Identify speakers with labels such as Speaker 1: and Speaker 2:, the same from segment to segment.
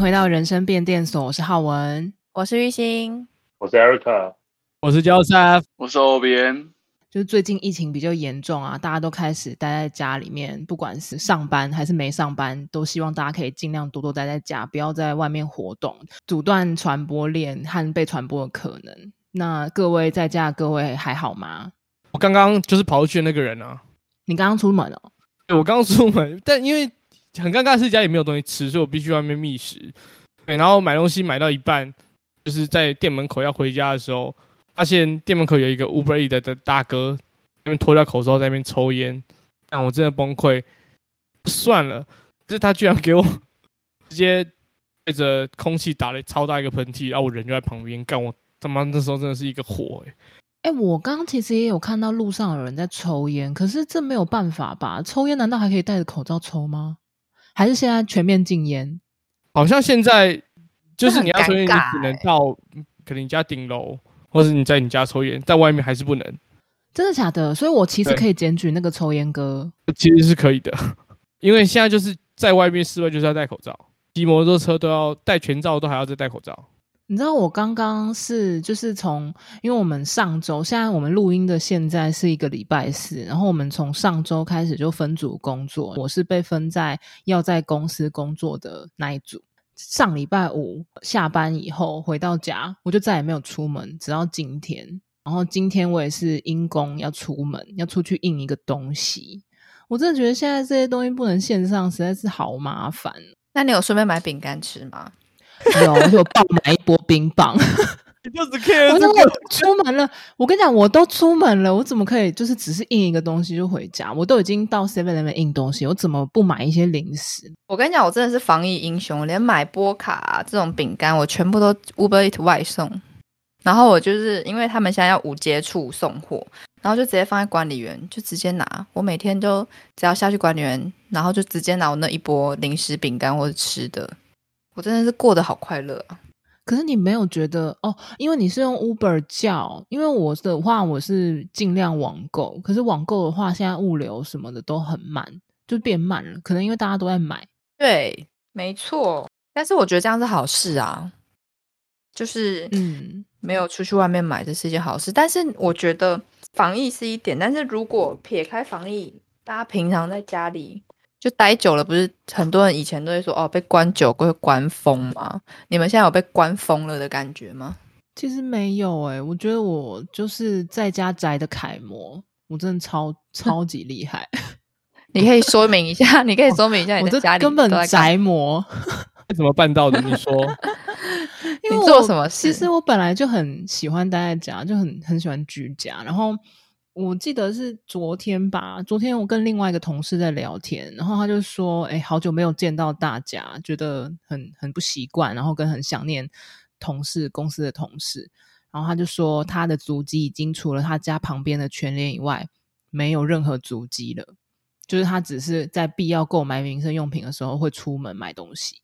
Speaker 1: 回到人生变电所，我是浩文。
Speaker 2: 我是玉兴，
Speaker 3: 我是 Erica，
Speaker 4: 我是 Joseph，
Speaker 5: 我是 OBN，
Speaker 1: 就是最近疫情比较严重啊，大家都开始待在家里面，不管是上班还是没上班，都希望大家可以尽量多多待在家，不要在外面活动，阻断传播链和被传播的可能。那各位在家，各位还好吗？
Speaker 4: 我刚刚就是跑去的那个人啊，
Speaker 1: 你刚刚出门哦，
Speaker 4: 对我刚刚出门， 但因为很尴尬是家里没有东西吃，所以我必须外面觅食。对，然后买东西买到一半，就是在店门口要回家的时候，发现店门口有一个 Uber E 的的大哥，在那边脱掉口罩在那边抽烟，但我真的崩溃。算了，就是他居然给我直接对着空气打了超大一个喷嚏，然后我人就在旁边，干我他妈那时候真的是一个火、
Speaker 1: 哎，
Speaker 4: 欸，
Speaker 1: 我刚刚其实也有看到路上有人在抽烟，可是这没有办法吧？抽烟难道还可以戴着口罩抽吗？还是现在全面禁烟？
Speaker 4: 好像现在就是你要抽烟，你
Speaker 2: 那很尴尬欸
Speaker 4: 只能到可能你家顶楼，或是你在你家抽烟，在外面还是不能，
Speaker 1: 真的假的？所以我其实
Speaker 4: 对
Speaker 1: 可以检举那个抽烟哥。
Speaker 4: 其实是可以的， 因为现在就是在外面室外就是要戴口罩，骑摩托车都要戴全罩，都还要再戴口罩。
Speaker 1: 你知道我刚刚是就是从，因为我们上周现在我们录音的现在是一个礼拜四，然后我们从上周开始就分组工作，我是被分在要在公司工作的那一组。上礼拜五下班以后回到家，我就再也没有出门，直到今天。然后今天我也是因公要出门，要出去印一个东西。我真的觉得现在这些东西不能线上，实在是好麻烦。
Speaker 2: 那你有顺便买饼干吃吗？
Speaker 1: 有，而且我爆买一波冰棒。
Speaker 4: 你就只 care
Speaker 1: 我
Speaker 4: 哎这
Speaker 1: 真
Speaker 4: 个
Speaker 1: 的出门了，我跟你讲，我都出门了，我怎么可以就是只是印一个东西就回家？我都已经到 Seven Eleven 印东西，我怎么不买一些零食？
Speaker 2: 我跟你讲，我真的是防疫英雄，我连买波卡、啊这种饼干，我全部都 Uber Eat 外送。然后我就是因为他们现在要无接触送货，然后就直接放在管理员，就直接拿。我每天都只要下去管理员，然后就直接拿我那一波零食、饼干或者吃的。我真的是过得好快乐啊！
Speaker 1: 可是你没有觉得哦，因为你是用 Uber 叫，因为我的话我是尽量网购，可是网购的话，现在物流什么的都很慢，就变慢了。可能因为大家都在买，
Speaker 2: 对，没错。但是我觉得这样是好事啊，就是
Speaker 1: 嗯，
Speaker 2: 没有出去外面买，这是一件好事。但是我觉得防疫是一点，但是如果撇开防疫，大家平常在家里就待久了，不是很多人以前都会说哦，被关久会关疯吗？你们现在有被关疯了的感觉吗？
Speaker 1: 其实没有诶、我觉得我就是在家宅的楷模，我真的超超级厉害，
Speaker 2: 你可以说明一下，你可以说明一下
Speaker 1: 我
Speaker 2: 你
Speaker 1: 这
Speaker 2: 在家里
Speaker 1: 根
Speaker 2: 都在
Speaker 1: 本
Speaker 2: 干
Speaker 1: 宅模。
Speaker 4: 怎么办到的？你说
Speaker 1: 因为
Speaker 2: 你做
Speaker 1: 我
Speaker 2: 什么
Speaker 1: 其
Speaker 2: 事
Speaker 1: 实我本来就很喜欢待在家，就很很喜欢居家。然后我记得是昨天吧，昨天我跟另外一个同事在聊天，然后他就说：“哎，好久没有见到大家，觉得很很不习惯，然后跟很想念同事公司的同事。”然后他就说，他的足迹已经除了他家旁边的全联以外，没有任何足迹了。就是他只是在必要购买民生用品的时候会出门买东西。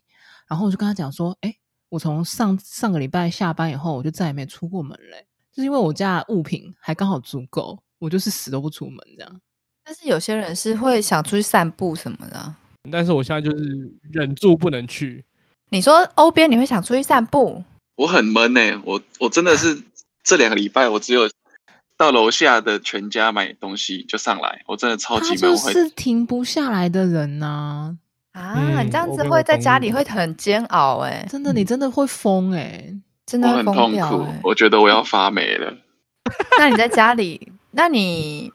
Speaker 1: 然后我就跟他讲说：“哎，我从上上个礼拜下班以后，我就再也没出过门嘞、就是因为我家的物品还刚好足够，我就是死都不出门这样。
Speaker 2: 但是有些人是会想出去散步什么的啊。
Speaker 4: 但是我现在就是忍住不能去，
Speaker 2: 你说欧边你会想出去散步？
Speaker 5: 我很闷呢、我我真的是这两个礼拜，我只有到楼下的全家买东西就上来，我真的超级
Speaker 1: 他
Speaker 5: 闷，
Speaker 1: 就
Speaker 5: 我会
Speaker 1: 是停不下来的人呐、
Speaker 2: 啊，
Speaker 4: 嗯
Speaker 2: 你这样
Speaker 4: 我
Speaker 2: 子
Speaker 4: 没有
Speaker 2: 会在
Speaker 4: 疯
Speaker 2: 家里
Speaker 4: 过
Speaker 2: 会很煎熬哎、
Speaker 1: 真的，你真的会疯哎、
Speaker 2: 真
Speaker 5: 我
Speaker 2: 的会
Speaker 5: 很
Speaker 2: 疯
Speaker 5: 痛
Speaker 2: 掉、
Speaker 5: 苦
Speaker 2: 欸，。
Speaker 5: 我觉得我要发霉了。
Speaker 2: 那你在家里，那你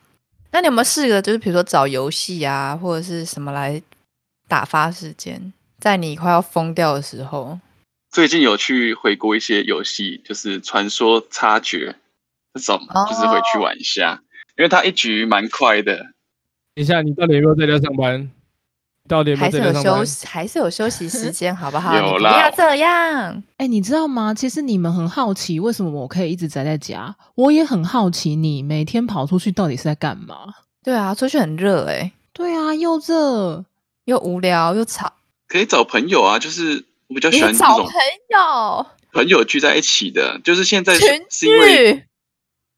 Speaker 2: 那你有没有试着就是比如说找游戏啊，或者是什么来打发时间，在你快要疯掉的时候？
Speaker 5: 最近有去回顾一些游戏，就是《传说插绝》这种，
Speaker 2: 哦
Speaker 5: 就是回去玩一下，因为它一局蛮快的。
Speaker 4: 等一下你到底有没有在家上班？到底有没
Speaker 2: 还
Speaker 4: 有
Speaker 2: 是
Speaker 4: 在家
Speaker 2: 有
Speaker 4: 上
Speaker 2: 休
Speaker 4: 班？
Speaker 2: 息，还是有休息时间，好不 好？
Speaker 5: 有
Speaker 2: 你不
Speaker 5: 啦
Speaker 2: 要这样。
Speaker 1: 哎、你知道吗？其实你们很好奇为什么我可以一直宅在家，我也很好奇你每天跑出去到底是在干嘛。
Speaker 2: 对啊，出去很热哎、
Speaker 1: 对啊，又热，
Speaker 2: 又无聊又吵，
Speaker 5: 可以找朋友啊，就是我比较
Speaker 2: 你
Speaker 5: 喜欢这
Speaker 2: 找
Speaker 5: 种
Speaker 2: 朋友
Speaker 5: 朋友聚在一起的，就是现在是
Speaker 2: 群
Speaker 5: 是因为
Speaker 2: 聚。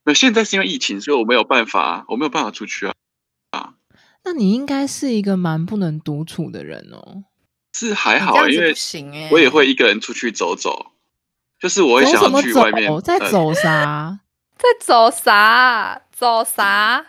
Speaker 5: 那现在是因为疫情，所以我没有办法，我没有办法出去啊。
Speaker 1: 那你应该是一个蛮不能独处的人哦。
Speaker 5: 是还
Speaker 2: 你
Speaker 5: 好、
Speaker 2: 这样
Speaker 5: 因
Speaker 2: 子
Speaker 5: 为
Speaker 2: 不行哎、
Speaker 5: 我也会一个人出去走走，就是我会
Speaker 1: 走
Speaker 5: 想
Speaker 1: 什
Speaker 5: 要
Speaker 1: 么
Speaker 5: 去外面
Speaker 2: 哦
Speaker 1: 走？在
Speaker 5: 呃
Speaker 1: 走啥？
Speaker 2: 在走啥？走啥？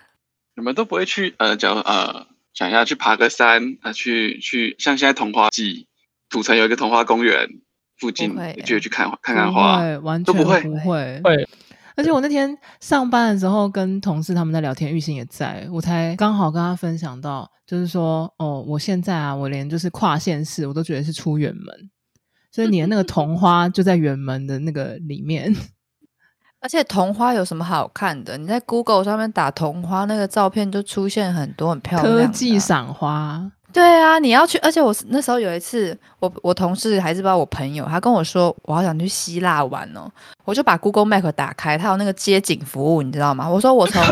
Speaker 5: 你们都不会去呃，假如呃，想一下去爬个山啊、呃去去像现在桐花季，土城有一个桐花公园附近
Speaker 2: 不会，
Speaker 5: 就去看看看
Speaker 1: 不
Speaker 5: 花。
Speaker 1: 会，完
Speaker 5: 都
Speaker 1: 全
Speaker 5: 不会
Speaker 1: 不会。
Speaker 4: 会
Speaker 1: 而且我那天上班的时候跟同事他们在聊天，玉兴也在，我才刚好跟他分享到，就是说，哦，我现在啊，我连就是跨县市我都觉得是出远门，所以你的那个桐花就在远门的那个里面。
Speaker 2: 而且桐花有什么好看的？你在 Google 上面打桐花，那个照片就出现很多很 漂亮的
Speaker 1: 科
Speaker 2: 啊、
Speaker 1: 技赏花，
Speaker 2: 对啊，你要去，而且我是那时候有一次，我我同事还是不知道我朋友，他跟我说我好想去希腊玩哦，我就把 Google Map 打开，它有那个街景服务，你知道吗？我说 我从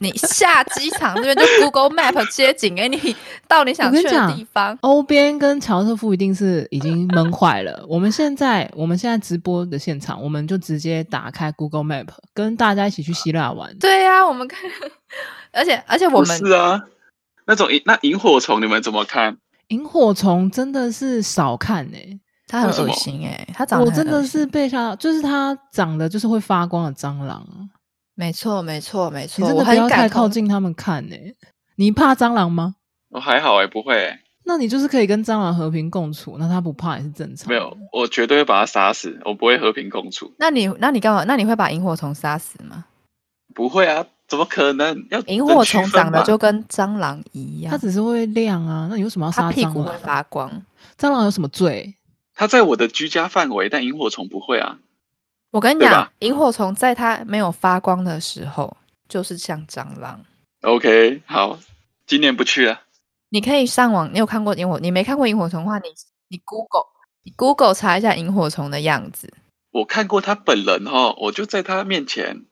Speaker 2: 你下机场这边就 Google Map 街景给你到你想
Speaker 1: 我跟
Speaker 2: 去
Speaker 1: 你
Speaker 2: 的
Speaker 1: 讲
Speaker 2: 地方，
Speaker 1: 欧边跟乔特夫一定是已经闷坏了。我们现在我们现在直播的现场，我们就直接打开 Google Map，跟大家一起去希腊玩。
Speaker 2: 对啊，我们看，而且而且我
Speaker 5: 不
Speaker 2: 们
Speaker 5: 是啊，那种萤那萤火虫你们怎么看？
Speaker 1: 萤火虫真的是少看哎、
Speaker 2: 他很
Speaker 5: 为什
Speaker 2: 恶
Speaker 5: 么
Speaker 2: 心哎、他长得
Speaker 1: 我
Speaker 2: 很
Speaker 1: 真
Speaker 2: 恶
Speaker 1: 的
Speaker 2: 心
Speaker 1: 是被吓到，就是它长得就是会发光的蟑螂啊，
Speaker 2: 没错没错没
Speaker 1: 你
Speaker 2: 错，
Speaker 1: 真
Speaker 2: 哦我
Speaker 1: 的不
Speaker 2: 很
Speaker 1: 要
Speaker 2: 感
Speaker 1: 太靠
Speaker 2: 同
Speaker 1: 近它们看呢、你怕蟑螂吗？
Speaker 5: 我、还好哎、不会、欸，
Speaker 1: 那你就是可以跟蟑螂和平共处，那它不怕也是正常。
Speaker 5: 没有，，
Speaker 2: 哦
Speaker 5: 我绝对会把它杀死，我不会和平共处，
Speaker 2: 那你那你干嘛？那你会把萤火虫杀死吗？
Speaker 5: 不会啊，怎么可能？要
Speaker 2: 萤火虫
Speaker 5: 人区分
Speaker 2: 长得
Speaker 5: 吧
Speaker 2: 就跟蟑螂一样，
Speaker 1: 它只是会亮啊，那你为什么要
Speaker 2: 它
Speaker 1: 杀
Speaker 2: 屁
Speaker 1: 蟑
Speaker 2: 股会
Speaker 1: 螂？啊
Speaker 2: 发光。
Speaker 1: 蟑螂有什么罪？
Speaker 5: 它在我的居家范围，但萤火虫不会啊。
Speaker 2: 我跟你
Speaker 5: 对
Speaker 2: 讲
Speaker 5: 吧，
Speaker 2: 萤火虫在它没有发光的时候，就是像蟑螂。
Speaker 5: OK，好，今年不去了。
Speaker 2: 你可以上网，你有看过萤火？你没看过萤火虫的话，你你 Google 你 Google 查一下萤火虫的样子。
Speaker 5: 我看过他本人哦，我就在他面前。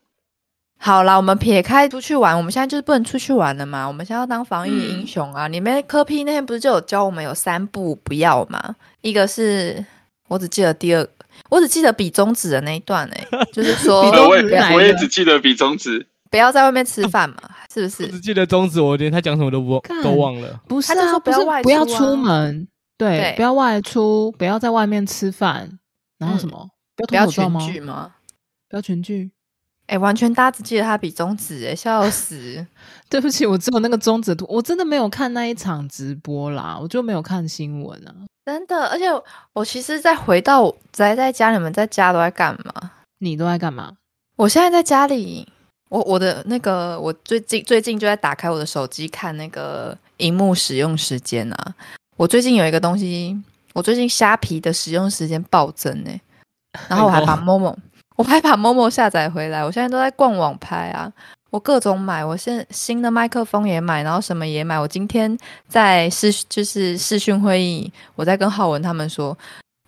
Speaker 2: 好啦，我们撇开出去玩，我们现在就是不能出去玩了嘛。我们现在要当防疫英
Speaker 5: 嗯
Speaker 2: 雄啊！你们科 P 那天不是就有教我们有三不不要嘛？一个是我只记得第二，我只记得比中指的那一段哎、就是说
Speaker 1: 比
Speaker 5: 呃，
Speaker 1: 中
Speaker 5: 我
Speaker 1: 指
Speaker 2: 不
Speaker 1: 是哪
Speaker 5: 也
Speaker 1: 一
Speaker 2: 要
Speaker 5: 我也
Speaker 1: 个
Speaker 5: 只记得比中指。
Speaker 2: 不要在外面吃饭嘛，是不
Speaker 4: 我
Speaker 2: 是
Speaker 4: 只？记得宗旨，我连他讲什么都不
Speaker 1: 干
Speaker 4: 都忘了。
Speaker 1: 不是
Speaker 2: 他就
Speaker 1: 啊，
Speaker 2: 说不
Speaker 1: 不是
Speaker 2: 要外
Speaker 1: 不要
Speaker 2: 出啊
Speaker 1: 出门，对，
Speaker 2: 对
Speaker 1: 不要外出，不要在外面吃饭，然后
Speaker 2: 嗯
Speaker 1: 什么？不
Speaker 2: 不
Speaker 1: 要
Speaker 2: 要
Speaker 1: 脱口罩
Speaker 2: 群
Speaker 1: 吗？
Speaker 2: 聚吗？
Speaker 1: 不要群聚。
Speaker 2: 哎、完全大家只记得他比中指哎、笑死！
Speaker 1: 对不起，我只有那个中指图，我真的没有看那一场直播啦，我就没有看新闻啊。
Speaker 2: 真的，而且我我其实再回到我宅在家，你们在家都在干嘛？
Speaker 1: 你都在干嘛？
Speaker 2: 我现在在家里，我我的那个，我最近最近就在打开我的手机看那个荧幕使用时间啊。我最近有一个东西，我最近虾皮的使用时间暴增哎、然后我还把 Momo，我还把 Momo 下载回来，我现在都在逛网拍啊。我各种买，我现新的麦克风也买，然后什么也买。我今天在视就是视讯会议，我在跟浩文他们说，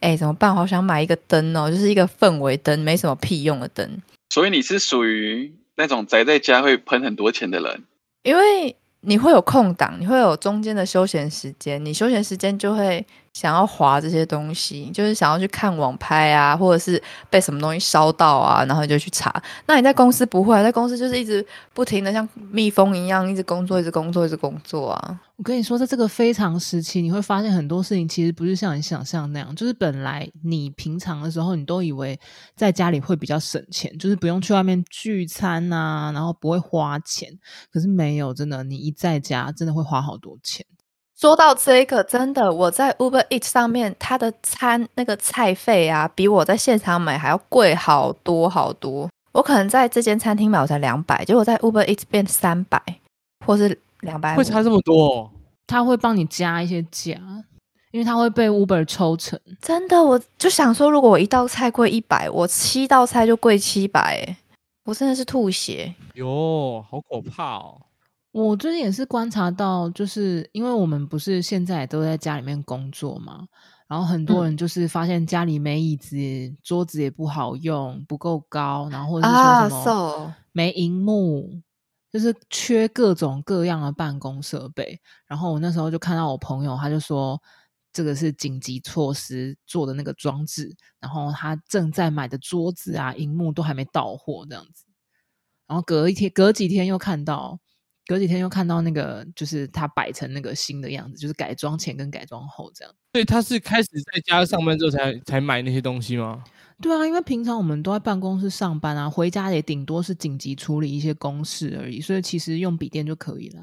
Speaker 2: 哎、怎么办？我好想买一个灯哦，就是一个氛围灯，没什么屁用的灯。
Speaker 5: 所以你是属于那种宅在家会喷很多钱的人。
Speaker 2: 因为你会有空档，你会有中间的休闲时间，你休闲时间就会想要划这些东西，就是想要去看网拍啊，或者是被什么东西烧到啊，然后你就去查。那你在公司不会啊，在公司就是一直不停的像蜜蜂一样，一直工作，一直工作，一直工作啊。
Speaker 1: 我跟你说，在这个非常时期，你会发现很多事情其实不是像你想象那样，就是本来你平常的时候，你都以为在家里会比较省钱，就是不用去外面聚餐啊，然后不会花钱。可是没有，真的，你一在家，真的会花好多钱。
Speaker 2: 说到这个，真的，我在 Uber Eat 上面，它的餐那个菜费啊，比我在现场买还要贵好多好多。我可能在这间餐厅买我才两百，结果在 Uber Eat 变三百，或是两百。
Speaker 4: 会差这么多、哦？
Speaker 1: 他会帮你加一些价，因为他会被 Uber 抽成。
Speaker 2: 真的，我就想说，如果我一道菜贵一百，我七道菜就贵七百，我真的是吐血。
Speaker 4: 哟，好可怕哦！
Speaker 1: 我最近也是观察到，就是因为我们不是现在都在家里面工作嘛，然后很多
Speaker 2: 嗯
Speaker 1: 人就是发现家里没椅子，桌子也不好用，不够高，然后或者是说
Speaker 2: 啊
Speaker 1: 什么
Speaker 2: ，so
Speaker 1: 没荧幕，就是缺各种各样的办公设备。然后我那时候就看到我朋友，他就说这个是紧急措施做的那个装置，然后他正在买的桌子啊、荧幕都还没到货这样子。然后隔一天、隔几天又看到隔几天又看到那个，就是它摆成那个新的样子，就是改装前跟改装后这样。
Speaker 4: 所以他是开始在家上班之后才才买那些东西吗？
Speaker 1: 对啊，因为平常我们都在办公室上班啊，回家也顶多是紧急处理一些公事而已，所以其实用笔电就可以啦。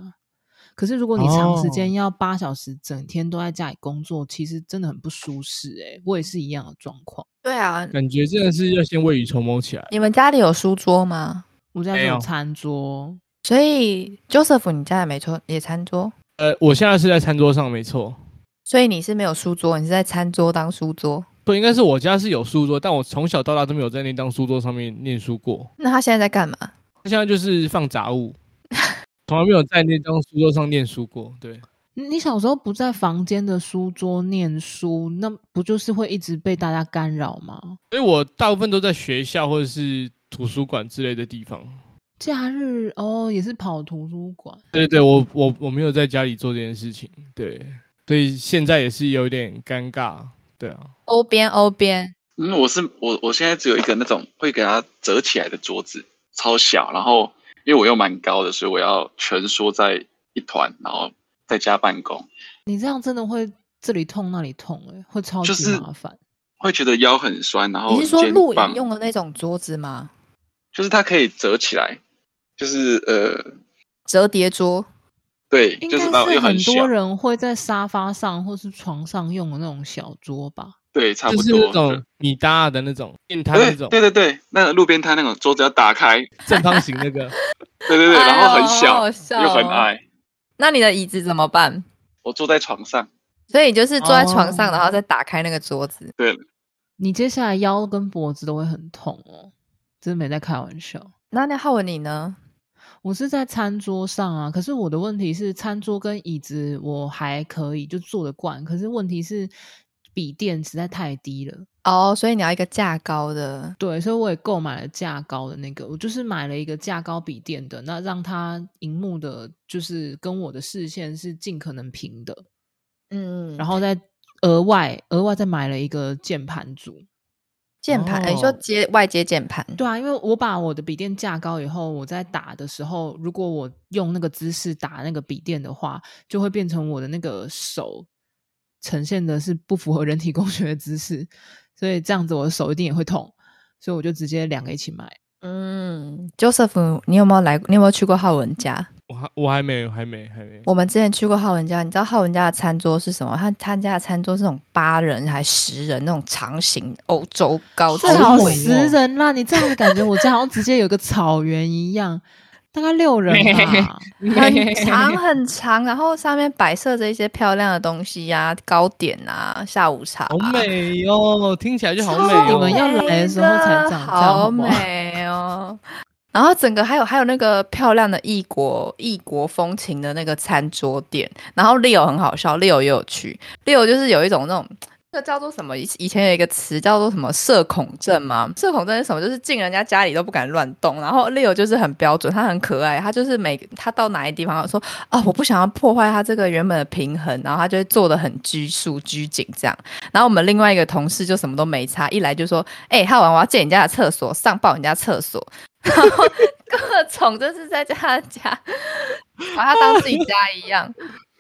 Speaker 1: 可是如果你长时间要八小时，整天都在家里工作，其实真的很不舒适诶、我也是一样的状况。
Speaker 2: 对啊，
Speaker 4: 感觉真的是要先未雨绸缪起来。
Speaker 2: 你们家里有书桌吗？
Speaker 1: 我家
Speaker 4: 没
Speaker 1: 没有
Speaker 4: 有
Speaker 1: 餐桌，
Speaker 2: 所以 Joseph，你家也没桌也餐桌，
Speaker 4: 呃，我现在是在餐桌上，没错。
Speaker 2: 所以你是没有书桌，你是在餐桌当书桌。
Speaker 4: 对，应该是我家是有书桌，但我从小到大都没有在那张书桌上面念书过。
Speaker 2: 那他现在在干嘛？
Speaker 4: 他现在就是放杂物， 从来没有在那张书桌上念书过。对，
Speaker 1: 你你小时候不在房间的书桌念书，那不就是会一直被大家干扰吗？
Speaker 4: 所以我大部分都在学校或者是图书馆之类的地方。
Speaker 1: 假日哦，也是跑图书馆。
Speaker 4: 对对，我我我没有在家里做这件事情，对，所以现在也是有点尴尬，对啊，
Speaker 2: 欧边欧边，
Speaker 5: 嗯，我是我我现在只有一个那种会给它折起来的桌子，超小，然后因为我又蛮高的，所以我要蜷缩在一团，然后在家办公，
Speaker 1: 你这样真的会这里痛那里痛、欸，会超
Speaker 5: 就
Speaker 1: 级
Speaker 5: 是
Speaker 1: 麻烦。
Speaker 5: 会觉得腰很酸，然后
Speaker 2: 你是说
Speaker 5: 肩
Speaker 2: 露营
Speaker 5: 膀
Speaker 2: 用的那种桌子吗？
Speaker 5: 就是它可以折起来，就是呃，
Speaker 2: 折叠桌？
Speaker 5: 对，
Speaker 1: 应
Speaker 5: 就
Speaker 1: 该
Speaker 5: 是然后又
Speaker 1: 很
Speaker 5: 小
Speaker 1: 多，人会在沙发上或是床上用的那种小桌吧？
Speaker 5: 对，差
Speaker 4: 就
Speaker 5: 不
Speaker 4: 是那
Speaker 5: 多。
Speaker 4: 种你搭的那种面摊那
Speaker 5: 对
Speaker 4: 种
Speaker 5: 对对对，那个路边摊那种桌子要打开，
Speaker 4: 正方形那个，
Speaker 5: 对对对，然后
Speaker 2: 哎
Speaker 5: 很
Speaker 2: 呦好
Speaker 5: 小
Speaker 2: 好笑
Speaker 5: 又很
Speaker 2: 哦
Speaker 5: 矮，
Speaker 2: 那你的椅子怎么办？
Speaker 5: 我坐在床上，
Speaker 2: 所以你就是坐在床上，
Speaker 4: 哦
Speaker 2: 然后再打开那个桌子。
Speaker 5: 对，
Speaker 1: 你接下来腰跟脖子都会很痛哦，真没在开玩笑。
Speaker 2: 那那浩文你呢？
Speaker 1: 我是在餐桌上啊，可是我的问题是餐桌跟椅子我还可以就坐得惯，可是问题是笔电实在太低了。
Speaker 2: 哦、所以你要一个架高的。
Speaker 1: 对，所以我也购买了架高的那个，我就是买了一个架高笔电的，那让它荧幕的，就是跟我的视线是尽可能平的，
Speaker 2: 嗯，
Speaker 1: 然
Speaker 2: 后
Speaker 1: 后再额外额外再买了一个键盘组。
Speaker 2: 键盘，哎你说
Speaker 4: 哦
Speaker 2: 接外接键盘，
Speaker 1: 对啊，因为我把我的笔电架高以后，我在打的时候，如果我用那个姿势打那个笔电的话，就会变成我的那个手呈现的是不符合人体工学的姿势，所以这样子我的手一定也会痛，所以我就直接两个一起买。
Speaker 2: 嗯，Joseph，你有没有来？你有没有去过浩文家？
Speaker 4: 我还我还没有还没还没，
Speaker 2: 我们之前去过浩文家，你知道浩文家的餐桌是什么？他他家的餐桌是那种八人还十人那种长形欧洲高
Speaker 1: 最好
Speaker 2: 超美
Speaker 1: 十人啦！你这样子感觉我家好像直接有个草原一样，大概六人吧。
Speaker 2: 很长很长，然后上面摆设着一些漂亮的东西呀、糕点啊、下午茶、
Speaker 4: 好，美哦，听起来就好美
Speaker 1: 你
Speaker 4: 哦，
Speaker 1: 们要来的时候才长这样好
Speaker 2: 好
Speaker 1: 不好
Speaker 2: 美哦。然后整个还有还有那个漂亮的异国异国风情的那个餐桌店，然后 Leo 很好笑，Leo 也有去，Leo 就是有一种那种。这叫做什么？以以前有一个词叫做什么“社恐症”吗？社恐症是什么？就是进人家家里都不敢乱动。然后 Leo 就是很标准，他很可爱，他就是每他到哪一地方他说啊、我不想要破坏他这个原本的平衡，然后他就会做的很拘束、拘谨这样。然后我们另外一个同事就什么都没擦，一来就说：“哎、浩文，我要借你家的厕所，上报你家厕所。” 然后各种就是在他家，把他当自己家一样。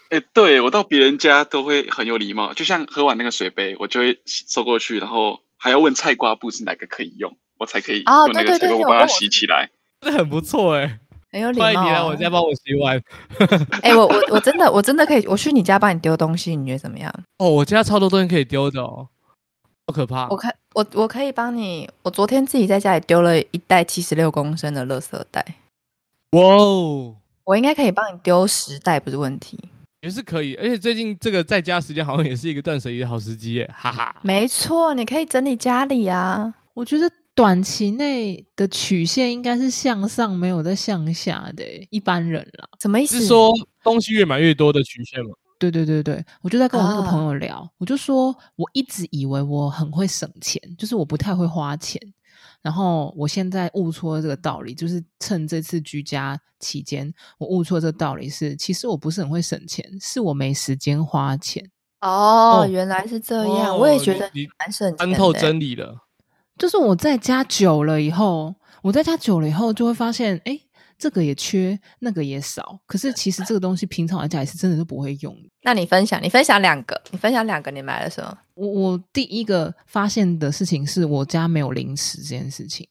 Speaker 5: 哎、对我到别人家都会很有礼貌，就像喝完那个水杯，我就会收过去，然后还要问菜瓜布是哪个可以用，我才可以
Speaker 2: 哦
Speaker 5: 用那
Speaker 2: 对对
Speaker 5: 个菜瓜
Speaker 2: 对
Speaker 5: 布
Speaker 2: 对
Speaker 5: 帮
Speaker 2: 我
Speaker 5: 它
Speaker 2: 我
Speaker 5: 洗起来。
Speaker 4: 这很不错哎，
Speaker 2: 很有礼貌、啊哦
Speaker 4: 欢迎你来 我家。帮我洗碗。
Speaker 2: 哎、我我我真的我真的可以，我去你家帮你丢东西，你觉得怎么样？
Speaker 4: 哦，我家超多东西可以丢的哦，好可怕
Speaker 2: 我。可我我可以帮你。我昨天自己在家里丢了一袋七十六公升的垃圾袋，
Speaker 4: 哇哦，
Speaker 2: 我应该可以帮你丢十袋，不是问题。
Speaker 4: 也是可以，而且最近这个在家时间好像也是一个断舍离的好时机耶，哈哈。
Speaker 2: 没错，你可以整理家里啊。
Speaker 1: 我觉得短期内的曲线应该是向上，没有在向下的欸、一般人啦。
Speaker 2: 什么意思？
Speaker 4: 是说东西越买越多的曲线吗？
Speaker 1: 对对对对，我就在跟我那个
Speaker 2: 啊
Speaker 1: 朋友聊，我就说我一直以为我很会省钱，就是我不太会花钱。然后我现在悟出了这个道理，就是趁这次居家期间，我悟出了这个道理是，其实我不是很会省钱，是我没时间花钱。
Speaker 2: 哦
Speaker 4: 哦，
Speaker 2: 原来是这样，我也
Speaker 4: 哦
Speaker 2: 觉
Speaker 4: 你
Speaker 2: 得
Speaker 4: 你
Speaker 2: 蛮省钱
Speaker 4: 参
Speaker 2: 的
Speaker 4: 透
Speaker 2: 欸。
Speaker 4: 真理了。
Speaker 1: 就是我在家久了以后，我在家久了以后就会发现，哎，这个也缺，那个也少。可是其实这个东西平常来讲也是真的都不会用的。
Speaker 2: 那你分享，你分享两个，你分享两个，你买了什么？
Speaker 1: 我我第一个发现的事情是我家没有零食这件事情，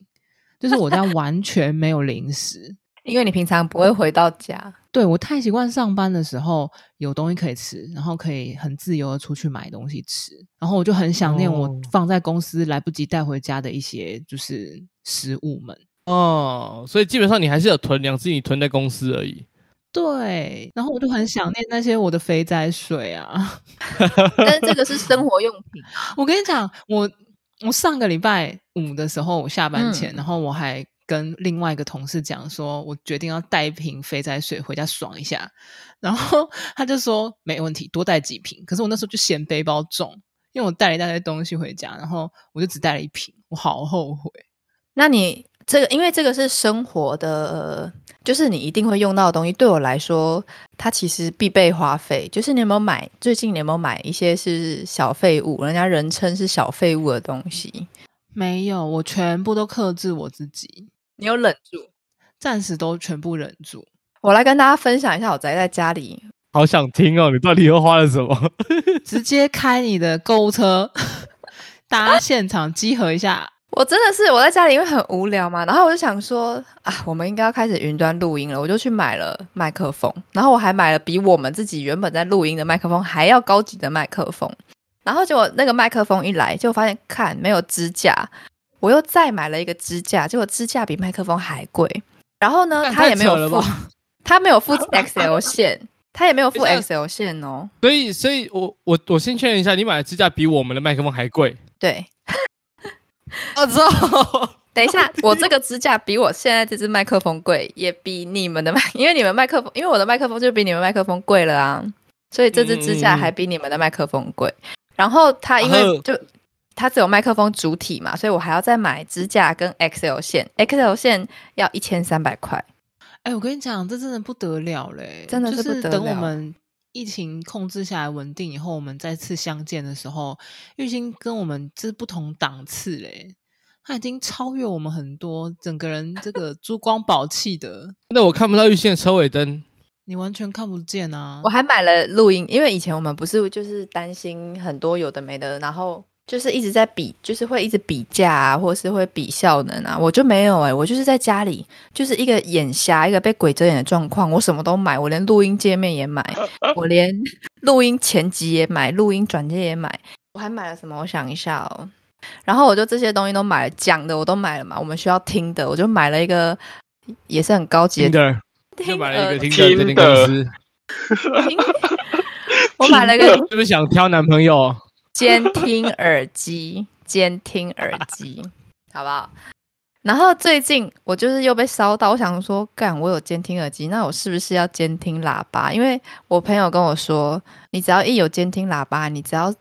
Speaker 1: 就是我家完全没有零食。
Speaker 2: 因为你平常不会回到家，
Speaker 1: 对我太习惯上班的时候有东西可以吃，然后可以很自由的出去买东西吃，然后我就很想念我
Speaker 4: 哦
Speaker 1: 放在公司来不及带回家的一些就是食物们。
Speaker 4: 哦，所以基本上你还是有囤粮，只是你囤在公司而已。
Speaker 1: 对，然后我就很想念那些我的肥仔水啊！
Speaker 2: 但是这个是生活用品，
Speaker 1: 我跟你讲，我我上个礼拜五的时候，我下班前，然后我还跟另外一个同事讲说，我决定要带一瓶肥仔水回家爽一下，然后他就说没问题，多带几瓶。可是我那时候就嫌背包重，因为我带了一大堆东西回家，然后我就只带了一瓶，我好后悔。
Speaker 2: 那你这个，因为这个是生活的，就是你一定会用到的东西。对我来说，它其实必备花费。就是你有没有买？最近你有没有买一些是小废物？人家人称是小废物的东西，
Speaker 1: 没有，我全部都克制我自己，
Speaker 2: 你有忍住？
Speaker 1: 暂时都全部忍住。
Speaker 2: 我来跟大家分享一下我宅在家里。
Speaker 4: 好想听哦，你到底又花了什么？
Speaker 1: 直接开你的购物车， 大家现场集合一下。
Speaker 2: 我真的是我在家里因为很无聊嘛，然后我就想说啊，我们应该要开始云端录音了，我就去买了麦克风，然后我还买了比我们自己原本在录音的麦克风还要高级的麦克风，然后结果那个麦克风一来，结果发现看没有支架，我又再买了一个支架，结果支架比麦克风还贵，然后呢，
Speaker 4: 干
Speaker 2: 他
Speaker 4: 太
Speaker 2: 也没有
Speaker 4: 扯了
Speaker 2: 付
Speaker 4: 吧，
Speaker 2: 他没有 付 XL 线，他也没有付
Speaker 4: 等一
Speaker 2: XL 线哦，
Speaker 4: 所以，所以我我我先确认一下，你买的支架比我们的麦克风还贵。
Speaker 2: 对，
Speaker 4: 我操！
Speaker 2: 等一下，我这个支架比我现在这只麦克风贵，也比你们的麦，因为你们麦克风，因为我的麦克风就比你们麦克风贵了啊，所以这只支架还比你们的麦克风贵。然后它因
Speaker 4: 然后
Speaker 2: 为就它只有麦克风主体嘛，所以我还要再买支架跟 XL 线，XL 线要一千三百块。
Speaker 1: 哎、我跟你讲，这真的不得了嘞！
Speaker 2: 真的
Speaker 1: 就
Speaker 2: 是不得
Speaker 1: 等我
Speaker 2: 了
Speaker 1: 们疫情控制下来稳定以后，我们再次相见的时候，玉兴跟我们这是不同档次嘞。他已经超越我们很多，整个人这个珠光宝气的，
Speaker 4: 那我看不到预线车尾灯，
Speaker 1: 你完全看不见啊
Speaker 2: 我！还买了录音，因为以前我们不是就是担心很多有的没的，然后就是一直在比，就是会一直比价啊，或是会比效能啊。我就没有哎、我就是在家里就是一个眼瞎，一个被鬼遮眼的状况，我什么都买，我连录音界面也 买，我连录音前集也买，录音转接也买，我还买了什么？我想一下哦。然后我就这些东西都买了，讲的我都买了嘛，我们需要听的，我就买了一个也是很高级
Speaker 4: 听
Speaker 2: 的
Speaker 4: 的，又
Speaker 2: 听
Speaker 4: 买了一个
Speaker 2: 耳
Speaker 4: 听的这间公司，
Speaker 2: 听 我买了一个
Speaker 4: 是不是想挑男朋友？
Speaker 2: 监听耳 机，监听耳机，好不好？然后最近我就是又被烧到，我想说，干，我有监听耳机，那我是不是要监听喇叭？因为我朋友跟我说，你只要一有监听喇叭，你只要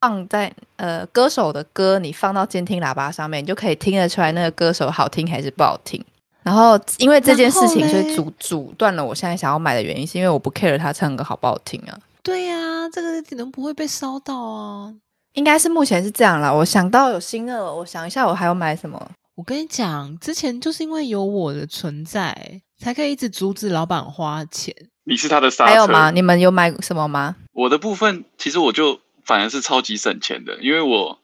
Speaker 2: 放在呃歌手的歌，你放到监听喇叭上面，你就可以听得出来那个歌手好听还是不好听。然后因为这件事情，
Speaker 1: 然后
Speaker 2: 所
Speaker 1: 嘞
Speaker 2: 以阻阻断了我现在想要买的原因，是因为我不 care 他唱歌好不好听啊。
Speaker 1: 对呀、这个可能不会被烧到啊！
Speaker 2: 应该是目前是这样啦。我想到有新的，我想一下，我还要买什么？
Speaker 1: 我跟你讲，之前就是因为有我的存在，才可以一直阻止老板花钱。
Speaker 5: 你是他的刹
Speaker 2: 还有
Speaker 5: 车
Speaker 2: 吗？你们有买什么吗？
Speaker 5: 我的部分其实我就反而是超级省钱的，因为我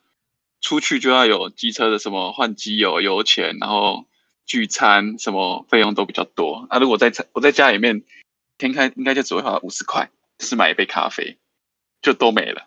Speaker 5: 出去就要有机车的什么换机油、油钱，然后聚餐什么费用都比较多。啊那、如果在家我在家里面，天开应该就只会花五十块，就是买一杯咖啡，就都没了，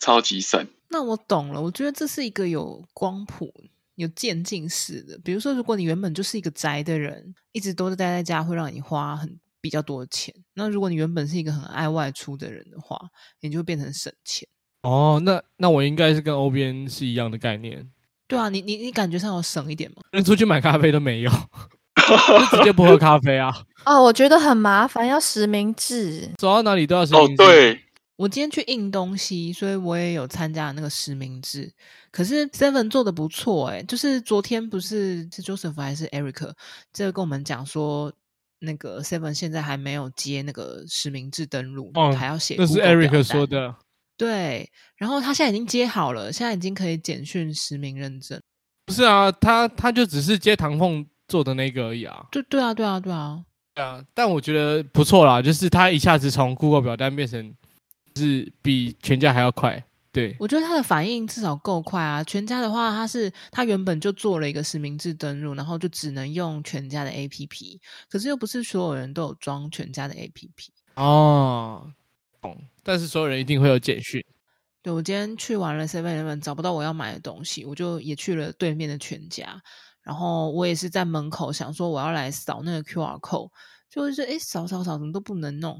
Speaker 5: 超级省。
Speaker 1: 那我懂了，我觉得这是一个有光谱、有渐进式的。比如说，如果你原本就是一个宅的人，一直都是待在家，会让你花很比较多的钱。那如果你原本是一个很爱外出的人的话，你就会变成省钱。
Speaker 4: 哦，那那我应该是跟欧边是一样的概念，
Speaker 1: 对啊，你你你感觉上有省一点吗？
Speaker 4: 连出去买咖啡都没有，就直接不喝咖啡啊，
Speaker 2: 哦，我觉得很麻烦，要实名制。
Speaker 4: 走到哪里都要是
Speaker 5: 哦，对，
Speaker 1: 我今天去印东西，所以我也有参加那个实名制。可是 Seven 做的不错诶、就是昨天不是是 Joseph 还是 Eric 这跟我们讲说，那个 Seven 现在还没有接那个实名制登录，
Speaker 4: 哦
Speaker 1: 还要写。
Speaker 4: 那是 Eric 说。的。
Speaker 1: 对，然后他现在已经接好了，现在已经可以简讯实名认证。
Speaker 4: 不是啊，他他就只是接唐凤做的那个而已啊。
Speaker 1: 对对啊，对啊，对啊，
Speaker 4: 对啊，但我觉得不错啦，就是它一下子从 Google 表单变成是比全家还要快。对，
Speaker 1: 我觉得他的反应至少够快啊。全家的话，他是他原本就做了一个实名制登录，然后就只能用全家的 APP，可是又不是所有人都有装全家的 APP。
Speaker 4: 哦，懂。但是所有人一定会有简讯。
Speaker 1: 对我今天去玩了 Seven Eleven，找不到我要买的东西，我就也去了对面的全家，然后我也是在门口想说我要来扫那个 QR code，就是诶扫扫扫怎么都不能弄，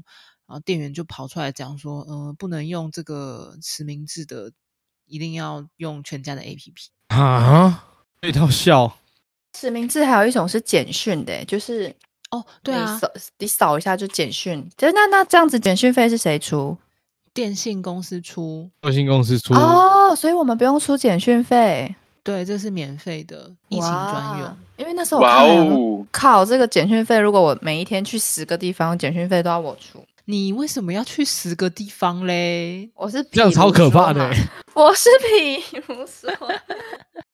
Speaker 1: 然后店员就跑出来讲说，嗯、不能用这个实名制的，一定要用全家的 APP。
Speaker 4: 啊，这套笑
Speaker 2: 实名制还有一种是简讯的欸，就是
Speaker 1: 哦，对
Speaker 2: 你
Speaker 1: 啊，
Speaker 2: 扫你扫一下就简讯。就是那那这样子简讯费是谁出？
Speaker 1: 电信公司出，
Speaker 4: 创新公司出，
Speaker 2: 哦，所以我们不用出简讯费，
Speaker 1: 对，这是免费的，疫情专
Speaker 2: 哇
Speaker 1: 用。。
Speaker 2: 因为那时候我
Speaker 5: 哇
Speaker 2: 看了想说
Speaker 5: 哦，
Speaker 2: 靠这个简讯费，如果我每一天去十个地方，简讯费都要我出，
Speaker 1: 你为什么要去十个地方嘞？
Speaker 2: 我是
Speaker 4: 这样
Speaker 2: 比
Speaker 4: 超
Speaker 2: 如
Speaker 4: 可怕
Speaker 2: 说
Speaker 4: 的欸
Speaker 2: 嘛。我是比如说，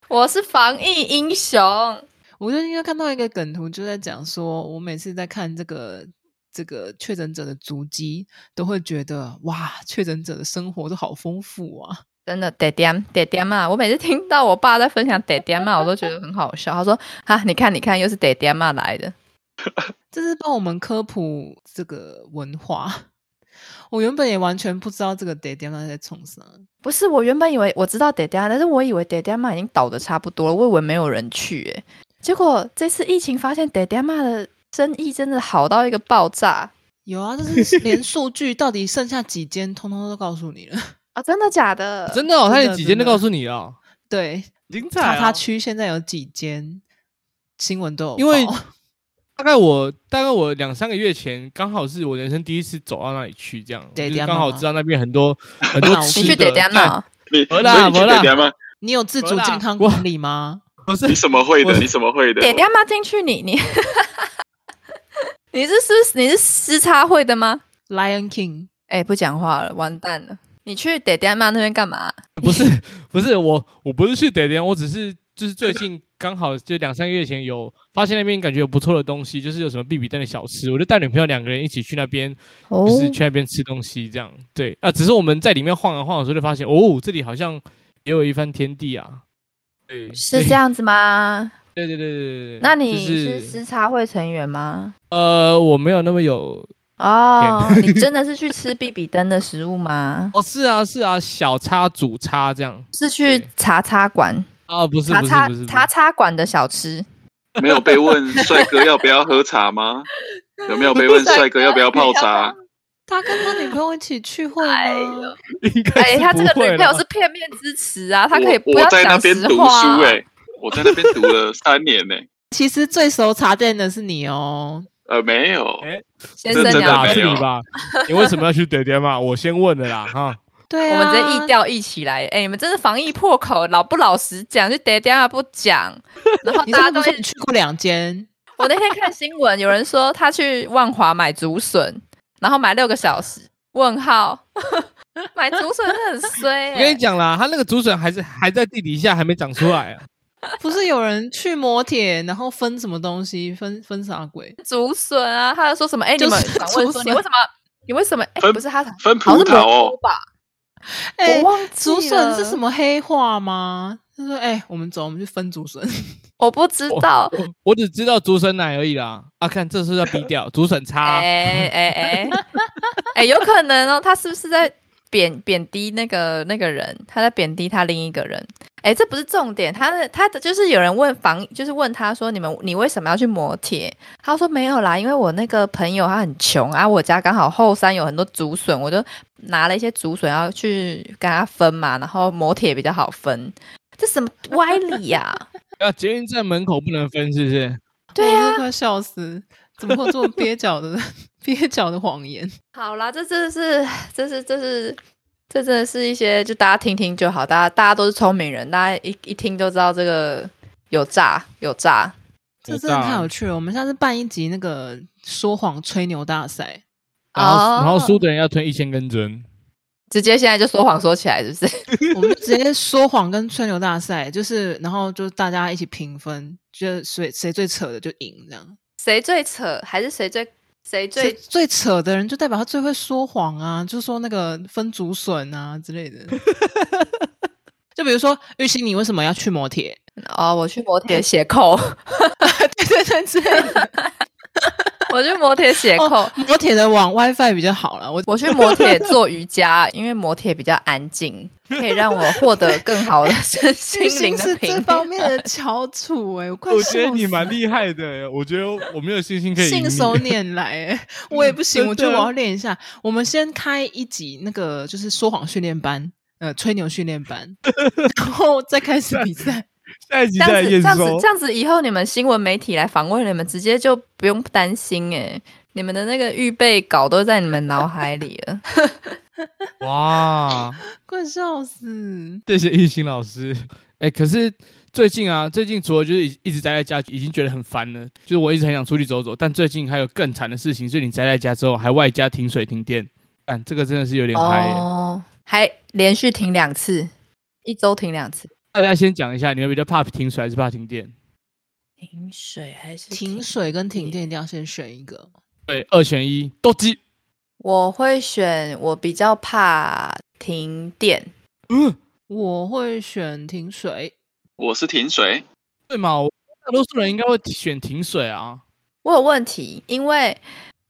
Speaker 2: 我是防疫英雄。
Speaker 1: 我就应该看到一个梗图，就在讲说，我每次在看这个这个确诊者的足迹，都会觉得哇，确诊者的生活都好丰富啊！
Speaker 2: 真的得点得点嘛！我每次听到我爸在分享得点嘛，我都觉得很好笑。他说：“啊，你看，你看，又是得点嘛来的。
Speaker 1: 这是帮我们科普这个文化。 我原本也完全不知道这个 d a d 在冲啥，”
Speaker 2: 不是，我原本以为我知道得点，但是我以为得点嘛已经倒的差不多了，我以为没有人去诶。结果这次疫情发现得点嘛的生意真的好到一个爆炸
Speaker 1: 有啊，就是 连数据到底剩下几间，通通都告诉你了。
Speaker 2: 啊！真的假的？
Speaker 4: 真的、哦，他
Speaker 1: 真的
Speaker 4: 连几间
Speaker 1: 真的
Speaker 4: 都告诉你了、哦，
Speaker 1: 对，
Speaker 4: 精彩、
Speaker 1: 叉
Speaker 4: 啊！
Speaker 1: 叉区现在有几间新闻都有报，
Speaker 4: 因为大概我大概我两三个月前，刚好是我人生第一次走到那里去，这样
Speaker 1: 对
Speaker 4: 就是
Speaker 1: 这样
Speaker 4: 刚好
Speaker 1: 吗
Speaker 4: 知道那边很多很多
Speaker 1: 那我
Speaker 4: 吃
Speaker 2: 你去
Speaker 4: 的。
Speaker 2: 得点
Speaker 4: 但
Speaker 2: 嘛？
Speaker 5: 你
Speaker 4: 没啦
Speaker 5: 所以你去
Speaker 4: 没啦
Speaker 5: 得点吗？
Speaker 1: 你有自主
Speaker 4: 我啦
Speaker 1: 健康
Speaker 4: 我
Speaker 1: 管理吗？
Speaker 4: 不是
Speaker 5: 你什么会
Speaker 4: 我
Speaker 5: 的？你什么会的？
Speaker 2: 得点嘛进去你你， 你是是不是你是师差会的吗？
Speaker 1: Lion King，
Speaker 2: 哎、不讲话了，完蛋了！你去爹爹妈那边干嘛？
Speaker 4: 不是不是我我不是去得点，我只是就是最近刚好就两三个月前有发现那边感觉有不错的东西，就是有什么必比登的小吃，我就带女朋友两个人一起去那边，
Speaker 2: 哦
Speaker 4: 就是去那边吃东西这样。对啊，只是我们在里面晃啊晃的时候就发现，哦，这里好像也有一番天地啊。对，
Speaker 2: 是这样子吗？
Speaker 4: 对。对对对对对。
Speaker 2: 那
Speaker 4: 就
Speaker 2: 你是
Speaker 4: 是
Speaker 2: 时差会成员吗？
Speaker 4: 呃，我没有那么有
Speaker 2: 哦，你真的是去吃比比登的食物吗？
Speaker 4: 哦，是啊是啊，小叉主叉这样
Speaker 2: 是去
Speaker 4: 对
Speaker 2: 茶茶馆，
Speaker 4: 啊，不是
Speaker 2: 茶
Speaker 4: 不是
Speaker 2: 茶
Speaker 4: 不是不
Speaker 2: 茶
Speaker 4: 是，
Speaker 2: 茶馆的小吃。
Speaker 5: 没有被问帅哥要不要喝 茶吗？有没有被问帅哥要不要泡茶？
Speaker 1: 他跟他女朋友一起去会吗？
Speaker 4: 应该
Speaker 2: 哎、
Speaker 4: 是
Speaker 2: 他这个
Speaker 4: 不会
Speaker 2: 女朋友
Speaker 4: 啦
Speaker 2: 是片面之词啊，他可以不
Speaker 5: 我
Speaker 2: 要
Speaker 5: 我在那
Speaker 2: 讲
Speaker 5: 边
Speaker 2: 实
Speaker 5: 读
Speaker 2: 话啊、
Speaker 5: 书哎、我在那边 读了三年呢、
Speaker 1: 其实最熟茶店的是你哦，
Speaker 5: 呃，没有，
Speaker 4: 哎
Speaker 2: 先
Speaker 5: 这
Speaker 2: 生
Speaker 5: 真
Speaker 2: 你
Speaker 5: 的
Speaker 2: 要
Speaker 4: 打
Speaker 5: 没
Speaker 4: 是
Speaker 5: 有
Speaker 4: 你吧？你为什么要去点点嘛？ 我先问的啦，哈，
Speaker 1: 对
Speaker 2: 我
Speaker 1: 啊，
Speaker 2: 们直接意调意起来。哎、你们真是防疫破口，老不老实讲，就爹爹啊不讲，然后
Speaker 1: 你
Speaker 2: 大家
Speaker 1: 上次
Speaker 2: 都
Speaker 1: 不是
Speaker 2: 一
Speaker 1: 你去过两间？
Speaker 2: 我那天看新闻，有人说他去万华买竹笋，然后买六个小时。问号， 买竹笋真的很衰、欸。
Speaker 4: 我跟你讲啦，他那个竹笋还是还在地底下，还没长出来啊。
Speaker 1: 不是有人去摩铁，然后分什么东西？分分啥鬼？
Speaker 2: 竹笋啊，他就说什么？哎、
Speaker 1: 就
Speaker 2: 你们
Speaker 1: 是
Speaker 2: 想问
Speaker 1: 竹
Speaker 2: 说
Speaker 1: 笋
Speaker 2: 你为什么？你为什么？哎、
Speaker 5: 分
Speaker 2: 不是他，
Speaker 5: 分葡
Speaker 2: 好像是蘑
Speaker 5: 萄哦
Speaker 2: 菇，吧？
Speaker 1: 哎、
Speaker 2: 我忘记了
Speaker 1: 竹笋是什？么黑话吗？他说：“哎、我们走，我们去分竹笋。
Speaker 2: 我不知道。
Speaker 4: 我我只知道竹笋奶而已啦。啊，看这是要逼掉竹笋叉，
Speaker 2: 哎哎哎 哎，有可能哦，他是不是在贬贬低那个那个人？他在贬低他另一个人？哎，这不是重点，他的他的就是有人问防，就是问他说你们你为什么要去磨铁？他说没有啦，因为我那个朋友他很穷啊，我家刚好后山有很多竹笋，我就拿了一些竹笋要去跟他分嘛，然后磨铁比较好分。这什么歪理呀、
Speaker 4: 啊，捷运站门口不能分，是不是？
Speaker 2: 对
Speaker 1: 哎我真
Speaker 2: 啊
Speaker 1: 的，快笑死！怎么会有这种蹩脚的 蹩脚的谎言？
Speaker 2: 好啦，这真的是，这是，这是，这真的是一些，就大家听听就好。大家，大家都是聪明人，大家一一听就知道这个有诈，有诈。
Speaker 1: 这
Speaker 4: 我
Speaker 1: 真的
Speaker 4: 知道
Speaker 1: 太有趣了！我们下次办一集那个说谎吹牛大赛，
Speaker 4: 然后、
Speaker 2: 哦
Speaker 4: 然后输的人要吞一千根针，
Speaker 2: 直接现在就说谎说起来，是 不是？
Speaker 1: 我们就直接说谎跟吹牛大赛，就是然后就大家一起评分，就谁谁最扯的就赢这样。
Speaker 2: 谁最扯，还是谁最谁
Speaker 1: 最
Speaker 2: 最
Speaker 1: 最扯的人就代表他最会说谎啊，就说那个分竹笋啊之 类的。就比如说玉鑫，你为什么要去磨铁？
Speaker 2: 哦？我去 磨铁斜扣，
Speaker 1: 对对对，之类的。
Speaker 2: 我去磨铁斜扣，
Speaker 1: 哦 磨铁的网 WiFi 比较好了，我
Speaker 2: 我去磨铁做瑜伽，因为磨铁比较安静，可以让我获得更好的 身心
Speaker 1: 玉
Speaker 2: 灵
Speaker 1: 鑫
Speaker 2: 的
Speaker 1: 是
Speaker 2: 平
Speaker 1: 这方
Speaker 2: 衡。
Speaker 1: 面的翘楚哎、我快
Speaker 4: 我觉得你
Speaker 1: 笑死
Speaker 4: 蛮厉害的，我觉得我没有信心可以赢
Speaker 1: 信
Speaker 4: 你。
Speaker 1: 手拈来、欸，我也不行，
Speaker 4: 真
Speaker 1: 我觉得我
Speaker 4: 的
Speaker 1: 要练一下。我们先开一集那个就是说谎训练班，呃，吹牛训练 班，然后再开始比赛。
Speaker 4: 下一集
Speaker 2: 这样
Speaker 4: 再来
Speaker 2: 子，这
Speaker 4: 验
Speaker 2: 样子
Speaker 4: 收，
Speaker 2: 这。样子，以后你们新闻媒体来访问你们，直接就不用担心哎、你们的那个预备稿都在你们脑海里 了。
Speaker 4: 哇，
Speaker 1: 快笑死！
Speaker 4: 谢谢艺兴老师。哎、可是最近啊，最近除了就是一一直待在家，已经觉得很烦了。就是我一直很想出去走走，但最近还有更惨的事情，是你宅在家之后还外加停水停电，但这个真的是有点嗨、欸。
Speaker 2: 哦，还连续停两次，一周停两次。
Speaker 4: 欸大家先讲一下，你们比较怕停水还是怕停电？
Speaker 2: 停水还是
Speaker 1: 停？水跟停电一定要先选一个。
Speaker 4: 对，二选一，都鸡。
Speaker 2: 我会选，我比较怕停电。
Speaker 4: 嗯，
Speaker 1: 我会选停水，
Speaker 5: 我是停水，
Speaker 4: 对嘛？我大多数人应该会选停水啊。
Speaker 2: 我有问题，因为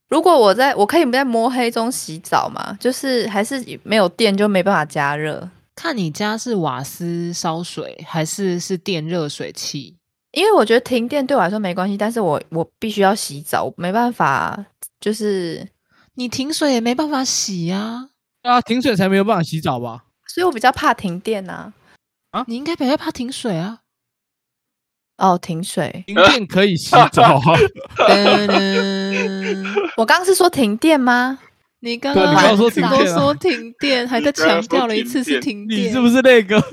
Speaker 2: 如果我在我可以在摸黑中洗澡嘛，就是还是没有电就没办法加热，
Speaker 1: 看你家是瓦斯烧水还是是电热水器。
Speaker 2: 因为我觉得停电对我来说没关系，但是我我必须要洗澡，我没办法，就是
Speaker 1: 你停水也没办法洗啊，
Speaker 4: 对啊，停水才没有办法洗澡吧？
Speaker 2: 所以我比较怕停电啊。
Speaker 1: 你应该比较怕停水 啊。
Speaker 2: 哦，停水，
Speaker 4: 停电可以洗澡 啊。
Speaker 1: 噔噔
Speaker 2: 我刚刚是说停电吗？
Speaker 1: 你刚
Speaker 4: 对
Speaker 1: 刚
Speaker 4: 你
Speaker 2: 刚说
Speaker 1: 都
Speaker 2: 停
Speaker 4: 电啊
Speaker 1: 说停电，还在
Speaker 5: 刚刚
Speaker 1: 强调
Speaker 5: 说
Speaker 1: 了一
Speaker 5: 停
Speaker 1: 次是
Speaker 5: 电
Speaker 1: 停电。
Speaker 4: 你是不是那个？